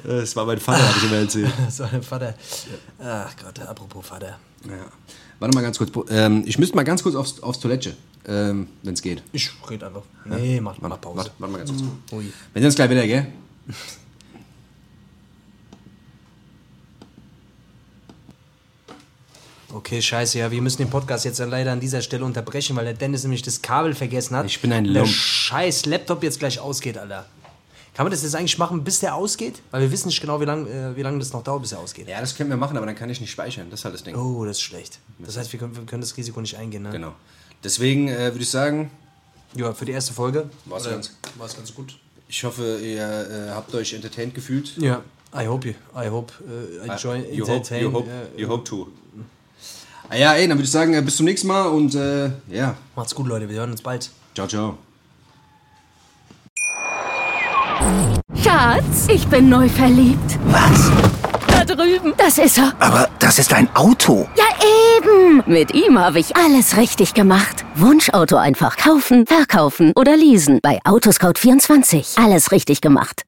A: Es war mein Vater, habe ich immer erzählt.
B: Das war dein Vater. Ach Gott, apropos Vater.
A: Ja. Warte mal ganz kurz. Ähm, ich müsste mal ganz kurz aufs, aufs Toilette, ähm, wenn es geht.
B: Ich rede einfach. Nee, mach, mach Pause.
A: Warte, warte mal ganz kurz.
B: Ui.
A: Wir sehen uns gleich wieder, gell?
B: Okay, scheiße, ja, wir müssen den Podcast jetzt dann leider an dieser Stelle unterbrechen, weil der Dennis nämlich das Kabel vergessen hat.
A: Ich bin ein
B: Und Der
A: Lump.
B: scheiß Laptop jetzt gleich ausgeht, Alter. Kann man das jetzt eigentlich machen, bis der ausgeht? Weil wir wissen nicht genau, wie lange äh, wie lang das noch dauert, bis er ausgeht.
A: Ja, das können wir machen, aber dann kann ich nicht speichern. Das ist halt das Ding.
B: Oh, das ist schlecht. Das heißt, wir können, wir können das Risiko nicht eingehen, ne?
A: Genau. Deswegen äh, würde ich sagen,
B: Ja, für die erste Folge.
A: War's
B: äh,
A: ganz.
B: war's ganz gut.
A: ich hoffe, ihr äh, habt euch entertained gefühlt.
B: Ja, I hope you. I hope. äh, I enjoy,
A: Ah, you hope,
B: entertain.
A: you hope,
B: äh,
A: you hope to. Ah ja, ey, dann würde ich sagen, äh, bis zum nächsten Mal und äh, ja,
B: macht's gut, Leute. Wir hören uns bald.
A: ciao, ciao.
D: Schatz, ich bin neu verliebt.
E: Was?
D: Da drüben. Das ist er.
E: Aber das ist ein Auto.
D: Ja, eben. Mit ihm habe ich alles richtig gemacht. Wunschauto einfach kaufen, verkaufen oder leasen. Bei Autoscout24. Alles richtig gemacht.